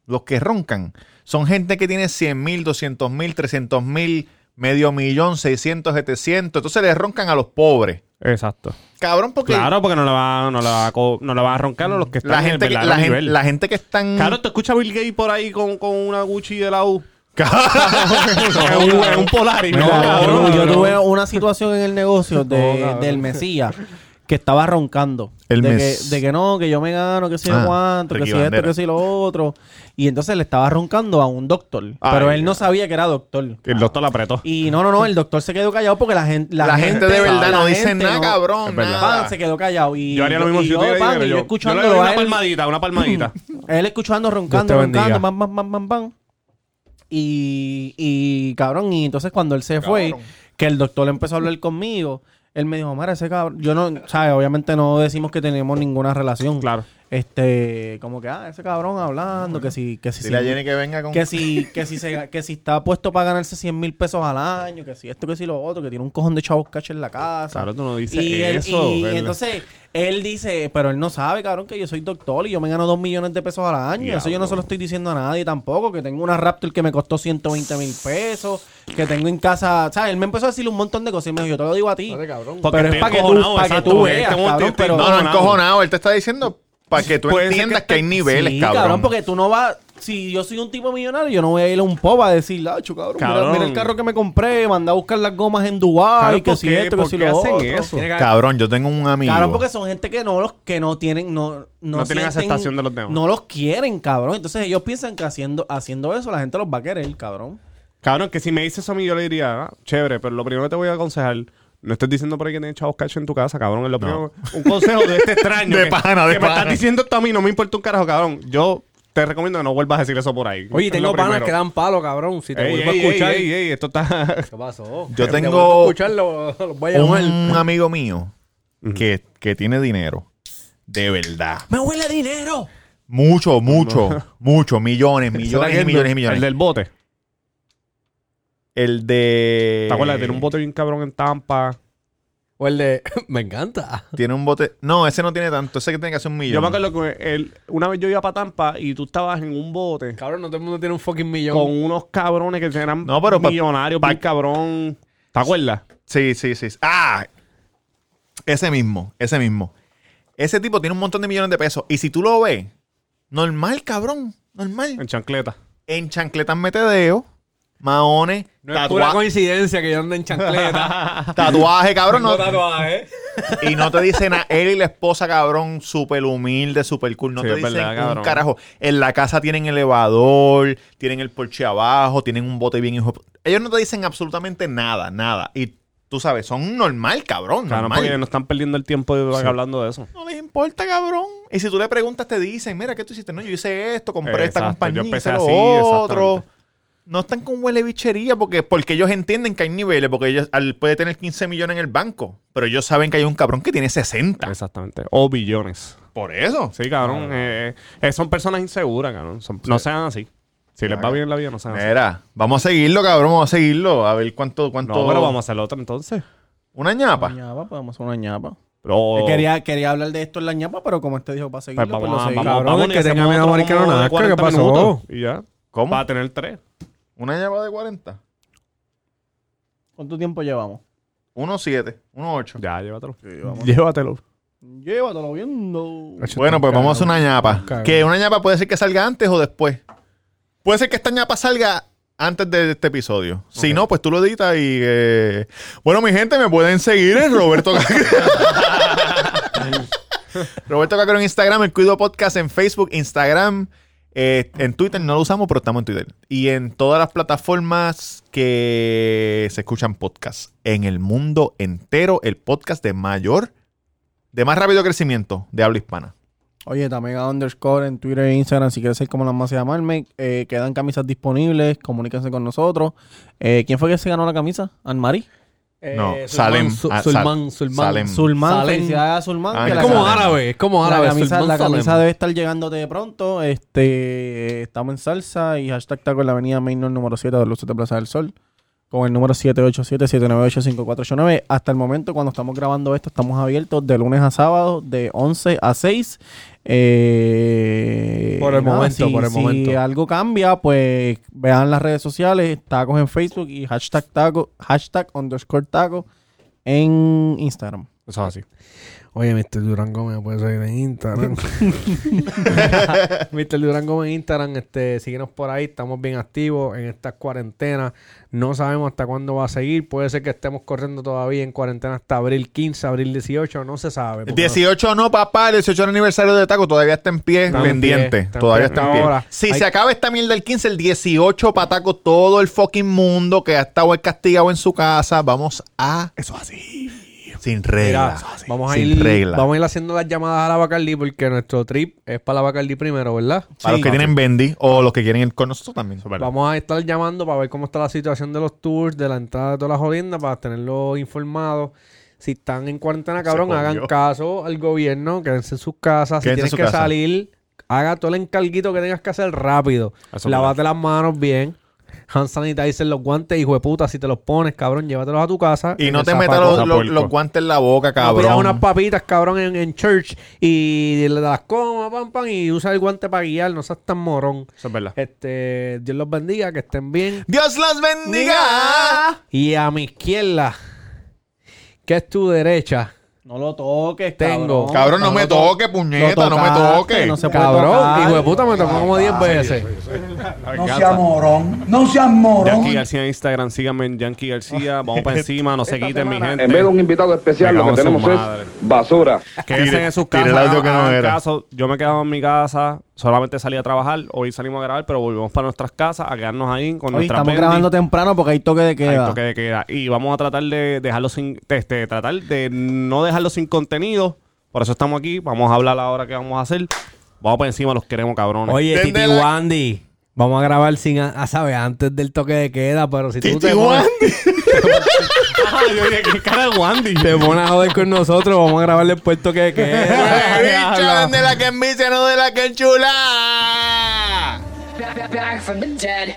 S3: los que roncan, son gente que tiene 100 mil, 200 mil, 300 mil, medio millón, 600, 700. Entonces le roncan a los pobres.
S1: Exacto.
S3: Cabrón, porque
S1: Claro, porque no la va, no la va, a co- no la va a roncar a los que están
S3: la,
S1: en el
S3: gente que,
S1: verdadero
S3: la, gente,
S1: nivel.
S3: la gente que están...
S1: Claro, te escucha Bill Gates por ahí con, con una Gucci de la U.
S3: Cabrón.
S1: es, un, es un Polaris.
S5: Mira,
S1: No,
S5: cabrón,
S1: cabrón,
S5: yo
S1: cabrón.
S5: tuve una situación en el negocio de- del Mesías que estaba roncando.
S3: El
S5: de,
S3: mes.
S5: que, de que no, que yo me gano, que si
S3: Ah,
S5: no cuánto, que
S3: Ricky
S5: si esto,
S3: Bandera.
S5: que si lo otro. Y entonces le estaba roncando a un doctor. pero él no sabía que era doctor.
S1: El doctor la apretó.
S5: Y no, no, no, el doctor se quedó callado porque la gente.
S3: La, gente, de verdad no dice
S5: gente
S3: nada,
S5: no-
S3: cabrón.
S5: Pan,
S3: Nada.
S5: se quedó callado. Y,
S1: Yo haría lo mismo
S5: y
S1: si
S5: yo,
S1: yo tuviera
S5: pan,
S1: dinero.
S5: y yo
S1: Yo-
S5: escuchándolo
S1: yo le doy
S5: a
S1: una
S5: él.
S1: palmadita, una palmadita.
S5: Él escuchando, roncando,
S2: Dios te bendiga.
S5: roncando, bam, bam, bam, bam, bam. Y, y cabrón, y entonces cuando él se fue, que el doctor empezó a hablar conmigo, él me dijo, Mara, ese cabrón, yo no, ¿sabes? Obviamente no decimos que tenemos ninguna relación.
S1: Claro.
S5: Este, como que, ah, ese cabrón hablando, que si, que si,
S3: Dile a
S5: si-
S3: Jenny que venga con...
S5: que si, que si se- que si está puesto para ganarse 100 mil pesos al año, que si esto, que si lo otro, que tiene un cojón de chavos cash en la casa.
S1: Claro, tú no dices
S5: Y, él-
S1: eso.
S5: y
S1: ¿verdad?
S5: entonces él dice, pero él no sabe, cabrón, que yo soy doctor y yo me gano 2 millones de pesos al año. Eso yo no se lo estoy diciendo a nadie tampoco, que tengo una Raptor que me costó 120 mil pesos, que tengo en casa, ¿sabes? Él me empezó a decirle un montón de cosas y me dijo, yo te lo digo a ti.
S2: cabrón.
S1: Porque
S5: pero es
S1: estoy
S5: para que tú,
S1: encojonado,
S5: para que
S1: exacto,
S5: tú
S1: porque
S5: veas,
S1: este momento
S5: cabrón,
S1: estoy-
S3: No,
S5: pero...
S3: no,
S1: Encojonado.
S3: encojonado. Él te está diciendo para que tú
S1: Puede ser que
S3: entiendas que, hay niveles,
S5: Sí,
S3: cabrón.
S5: porque tú no vas... Si yo soy un tipo millonario, yo no voy a ir a un pop a decir, ah, cabrón, mira-
S1: Cabrón.
S5: Mira, el carro que me compré, mandé a buscar las gomas en Dubái,
S1: Claro,
S5: que
S1: ¿por
S5: si
S1: qué?
S5: esto, que
S1: ¿Por
S5: si
S1: qué
S5: lo
S1: hacen
S5: otro.
S1: eso?
S3: Cabrón, yo tengo un amigo.
S5: Claro, porque son gente que no los que no tienen no no,
S1: No tienen aceptación de los demás.
S5: No los quieren, cabrón. Entonces ellos piensan que haciendo haciendo eso la gente los va a querer, cabrón.
S1: Cabrón, que si me dices eso a mí, yo le diría, ah, chévere, pero lo primero que te voy a aconsejar, no estés diciendo por ahí que tienes chavos cacho en tu casa, cabrón. Es lo primero. Un consejo de este extraño.
S3: De
S1: que,
S3: pana, de
S1: que
S3: pana.
S1: me estás diciendo esto a mí, no me importa un carajo, cabrón. Yo te recomiendo que no vuelvas a decir eso por ahí.
S2: Oye,
S1: Es
S2: tengo
S1: lo
S2: panas
S1: primero.
S2: que dan palo, cabrón. Si te
S1: Ey,
S2: vuelvo a
S1: ey,
S2: escuchar.
S1: ey, ey, ey, esto está.
S2: ¿Qué pasó?
S3: Yo
S2: Si te
S3: tengo-
S2: vuelvo a escucharlo, los voy a llamar.
S3: un amigo mío que, que tiene dinero. De verdad.
S5: Me huele a dinero.
S3: Mucho, mucho, mucho. Millones,
S1: ¿Será
S3: millones
S1: que
S3: y
S1: el-
S3: millones y millones.
S1: El del bote.
S3: El de.
S1: ¿Te acuerdas?
S3: Eh.
S1: Tiene un bote bien cabrón en Tampa.
S2: O el de. Me encanta.
S3: Tiene un bote. No, ese no tiene tanto. Ese que tiene que hacer un millón.
S1: Yo me acuerdo que él- una vez yo iba para Tampa y tú estabas en un bote
S2: Cabrón, no todo el mundo tiene un fucking millón.
S1: con unos cabrones que eran
S3: No, pero pa-
S1: millonarios, bien cabrón. ¿Te acuerdas?
S3: Sí, sí, sí. Ah, ese mismo, ese mismo. Ese tipo tiene un montón de millones de pesos. Y si tú lo ves, normal, cabrón. Normal.
S1: En chancleta.
S3: En chancletas metedeo, maones,
S2: No es pura
S3: tatua-
S2: coincidencia que yo ando en chancleta.
S3: tatuaje, cabrón.
S2: no
S3: no-
S2: tatuaje. ¿eh?
S3: y no te dicen a él y la esposa, cabrón, súper humilde, súper cool. No
S1: Sí,
S3: te
S1: es
S3: dicen
S1: verdad,
S3: un
S1: cabrón.
S3: carajo. En la casa tienen elevador, tienen el porche abajo, tienen un bote bien hijo. Ellos no te dicen absolutamente nada, nada. Y tú sabes, son normal, cabrón.
S1: Claro,
S3: normal.
S1: porque no están perdiendo el tiempo de- hablando de eso.
S3: No les importa, cabrón. Y si tú le preguntas, te dicen, mira, ¿qué tú hiciste? No, yo hice esto, compré esta
S1: Exacto,
S3: compañía,
S1: yo empecé
S3: hice lo
S1: así,
S3: otro.
S1: exactamente.
S3: No están con huele bichería porque, porque ellos entienden que hay niveles, porque ellos al, puede tener 15 millones en el banco, pero ellos saben que hay un cabrón que tiene
S2: Ah.
S3: 60.
S1: Exactamente. O billones.
S3: Por eso.
S1: Sí, cabrón. eh, eh, son personas inseguras, cabrón. Son- No sean así. Si les va bien la vida, no sean así.
S3: Mira, vamos a seguirlo, cabrón, vamos a seguirlo, a ver cuánto, cuánto.
S1: No, pero vamos a hacer otra entonces.
S3: Una ñapa.
S5: Una ñapa, podemos hacer una ñapa.
S1: Pero-
S5: Él Quería, quería hablar de esto en la ñapa, pero como este dijo para seguirlo,
S1: Pues
S5: pues,
S1: vamos,
S5: lo
S1: a-
S5: seguimos.
S1: vamos,
S2: Cabrón,
S1: vamos,
S2: el
S1: y
S2: que tenga
S1: hacemos
S2: miedo a
S1: otro
S2: morir que no
S1: como de
S2: nazca, ¿qué
S1: 40
S2: pasó?
S1: minutos Y ya.
S3: ¿Cómo?
S1: Para tener tres.
S3: Una ñapa de 40.
S5: ¿Cuánto tiempo llevamos?
S3: 1.7, 1.8.
S1: Ya, llévatelo. Llévatelo.
S5: Llévatelo viendo.
S3: Bueno, pues vamos a hacer una ñapa.
S2: Cabrón.
S3: Que una ñapa puede ser que salga antes o después. Puede ser que esta ñapa salga antes de este episodio. Si no, pues tú lo editas y... eh, Bueno, mi gente, me pueden seguir en Roberto Cacro. Roberto Cacro en Instagram, El Cuido Podcast en Facebook, Instagram, eh, en Twitter. No lo usamos, pero estamos en Twitter. Y en todas las plataformas que se escuchan podcasts. En el mundo entero, el podcast de mayor... De más rápido crecimiento de habla hispana.
S5: Oye, también a underscore en Twitter e Instagram, si quieres ser como las más y llamarme, eh, quedan camisas disponibles, comuníquense con nosotros. Eh, ¿Quién fue que se ganó la camisa? ¿Anmari?
S3: No,
S2: Eh, Sulman,
S3: Salem.
S2: Su-
S3: Ah,
S2: Sulman,
S3: Sal-
S2: Sulman.
S3: Salem.
S5: Zulmán,
S2: Salem.
S5: felicidades a Zulmán.
S3: Ah,
S5: que
S3: es
S5: la
S2: Es como
S5: ganó.
S2: árabe, es como árabe.
S5: la camisa,
S2: Sulman
S5: la
S2: Salem.
S5: camisa debe estar llegándote de pronto. Este, estamos en salsa y hashtag taco en la avenida Mainor número 7 de Luces de Plaza del Sol. con el número 787-798-5489. Hasta el momento, cuando estamos grabando esto, estamos abiertos de lunes a sábado, de 11 a 6. Eh,
S2: Por el momento,
S5: si-
S2: por el
S5: si
S2: momento.
S5: algo cambia, pues vean las redes sociales, tacos en Facebook y hashtag taco, hashtag underscore taco en Instagram.
S1: Eso es así.
S2: Oye, Mr. Durango me puede seguir en Instagram. Mr. Durango en Instagram, este, síguenos por ahí, estamos bien activos en estas cuarentenas. No sabemos hasta cuándo va a seguir. Puede ser que estemos corriendo todavía en cuarentena hasta abril 15, abril 18, no se sabe.
S3: El
S2: porque
S3: 18 no, papá. El 18 aniversario de Taco todavía está en pie,
S2: Está en
S3: pendiente.
S2: pie, está en
S3: todavía
S2: pie.
S3: está en pie.
S2: Ahora,
S3: si
S2: hay-
S3: se acaba esta mierda del 15, el 18 para Taco, todo el fucking mundo que ha estado castigado en su casa, vamos a. Eso así. Sin
S2: Mira,
S3: regla.
S2: vamos a
S3: sin
S2: ir,
S3: regla.
S2: vamos a ir haciendo las llamadas a la Bacardi porque nuestro trip es para la Bacardi primero, ¿verdad?
S3: Para los que tienen Bendy o los que quieren ir con nosotros también.
S2: Vamos a estar llamando para ver cómo está la situación de los tours, de la entrada de todas las jodiendas, para tenerlos informados. Si están en cuarentena, cabrón,
S3: jodió.
S2: hagan caso al gobierno, quédense en sus casas. Si
S3: Quédense en
S2: tienes
S3: su
S2: que
S3: casa.
S2: salir, haga todo el encarguito que tengas que hacer rápido.
S1: Eso
S2: Lávate las manos bien. Hand sanitizer, los guantes, hijo de puta, si te los pones, cabrón, llévatelos a tu casa.
S3: Y
S2: en
S3: no
S2: el
S3: te metas
S2: zapato.
S3: los, los-
S1: Acapulco.
S3: los guantes en la boca,
S2: No
S3: cabrón.
S2: pidas unas papitas, cabrón, en, en church y le las comas, pam, pam, y usa el guante para guiar, no seas tan morón.
S1: Eso es verdad.
S2: Este, Dios los bendiga, que estén bien.
S3: Dios los bendiga.
S2: Y a mi izquierda, que es tu derecha,
S12: No lo toques,
S2: Tengo.
S12: cabrón.
S3: Cabrón, no me toque, puñeta, no me
S12: tocaste,
S3: toque.
S12: no se puede
S2: cabrón,
S12: tocar.
S2: hijo de puta, me tocó como 10 veces.
S1: No seas morón. No seas morón. Yankee García en Instagram. Síganme en Yankee García. Vamos para encima. No se quiten, mi gente.
S13: En vez de un invitado especial, lo
S1: Me
S13: que
S1: cago en
S13: tenemos
S1: su
S13: es
S1: madre.
S13: basura.
S1: Quédense
S3: Tire-
S1: en sus
S3: tire
S1: casas.
S3: el audio que no
S1: hagan
S3: era.
S1: caso. Yo me he quedado en mi casa. Solamente salí a trabajar. Hoy salimos a grabar, pero volvemos para nuestras casas a quedarnos ahí con
S5: Hoy
S1: nuestra
S5: estamos
S1: pendi.
S5: grabando temprano porque hay toque de
S1: Ahí
S5: queda.
S1: toque de queda. Y vamos a tratar de dejarlo sin, este, tratar de no dejarlo sin contenido. Por eso estamos aquí. Vamos a hablar ahora que vamos a hacer. Vamos para encima, los queremos, cabrones.
S2: Oye,
S3: Desde
S2: Titi
S3: la-
S2: Wandy, vamos a grabar sin, a, a- ¿sabes? Antes del toque de queda, pero si tú
S3: Titi
S2: te pones,
S3: Wandy.
S1: Ah, yo dije, ¿qué cara de Wandy?
S2: te pones a joder con nosotros, vamos a grabar después del toque de queda.
S3: Bicha, de la que envicia, no de la que enchula.
S14: Back, back, back from the dead.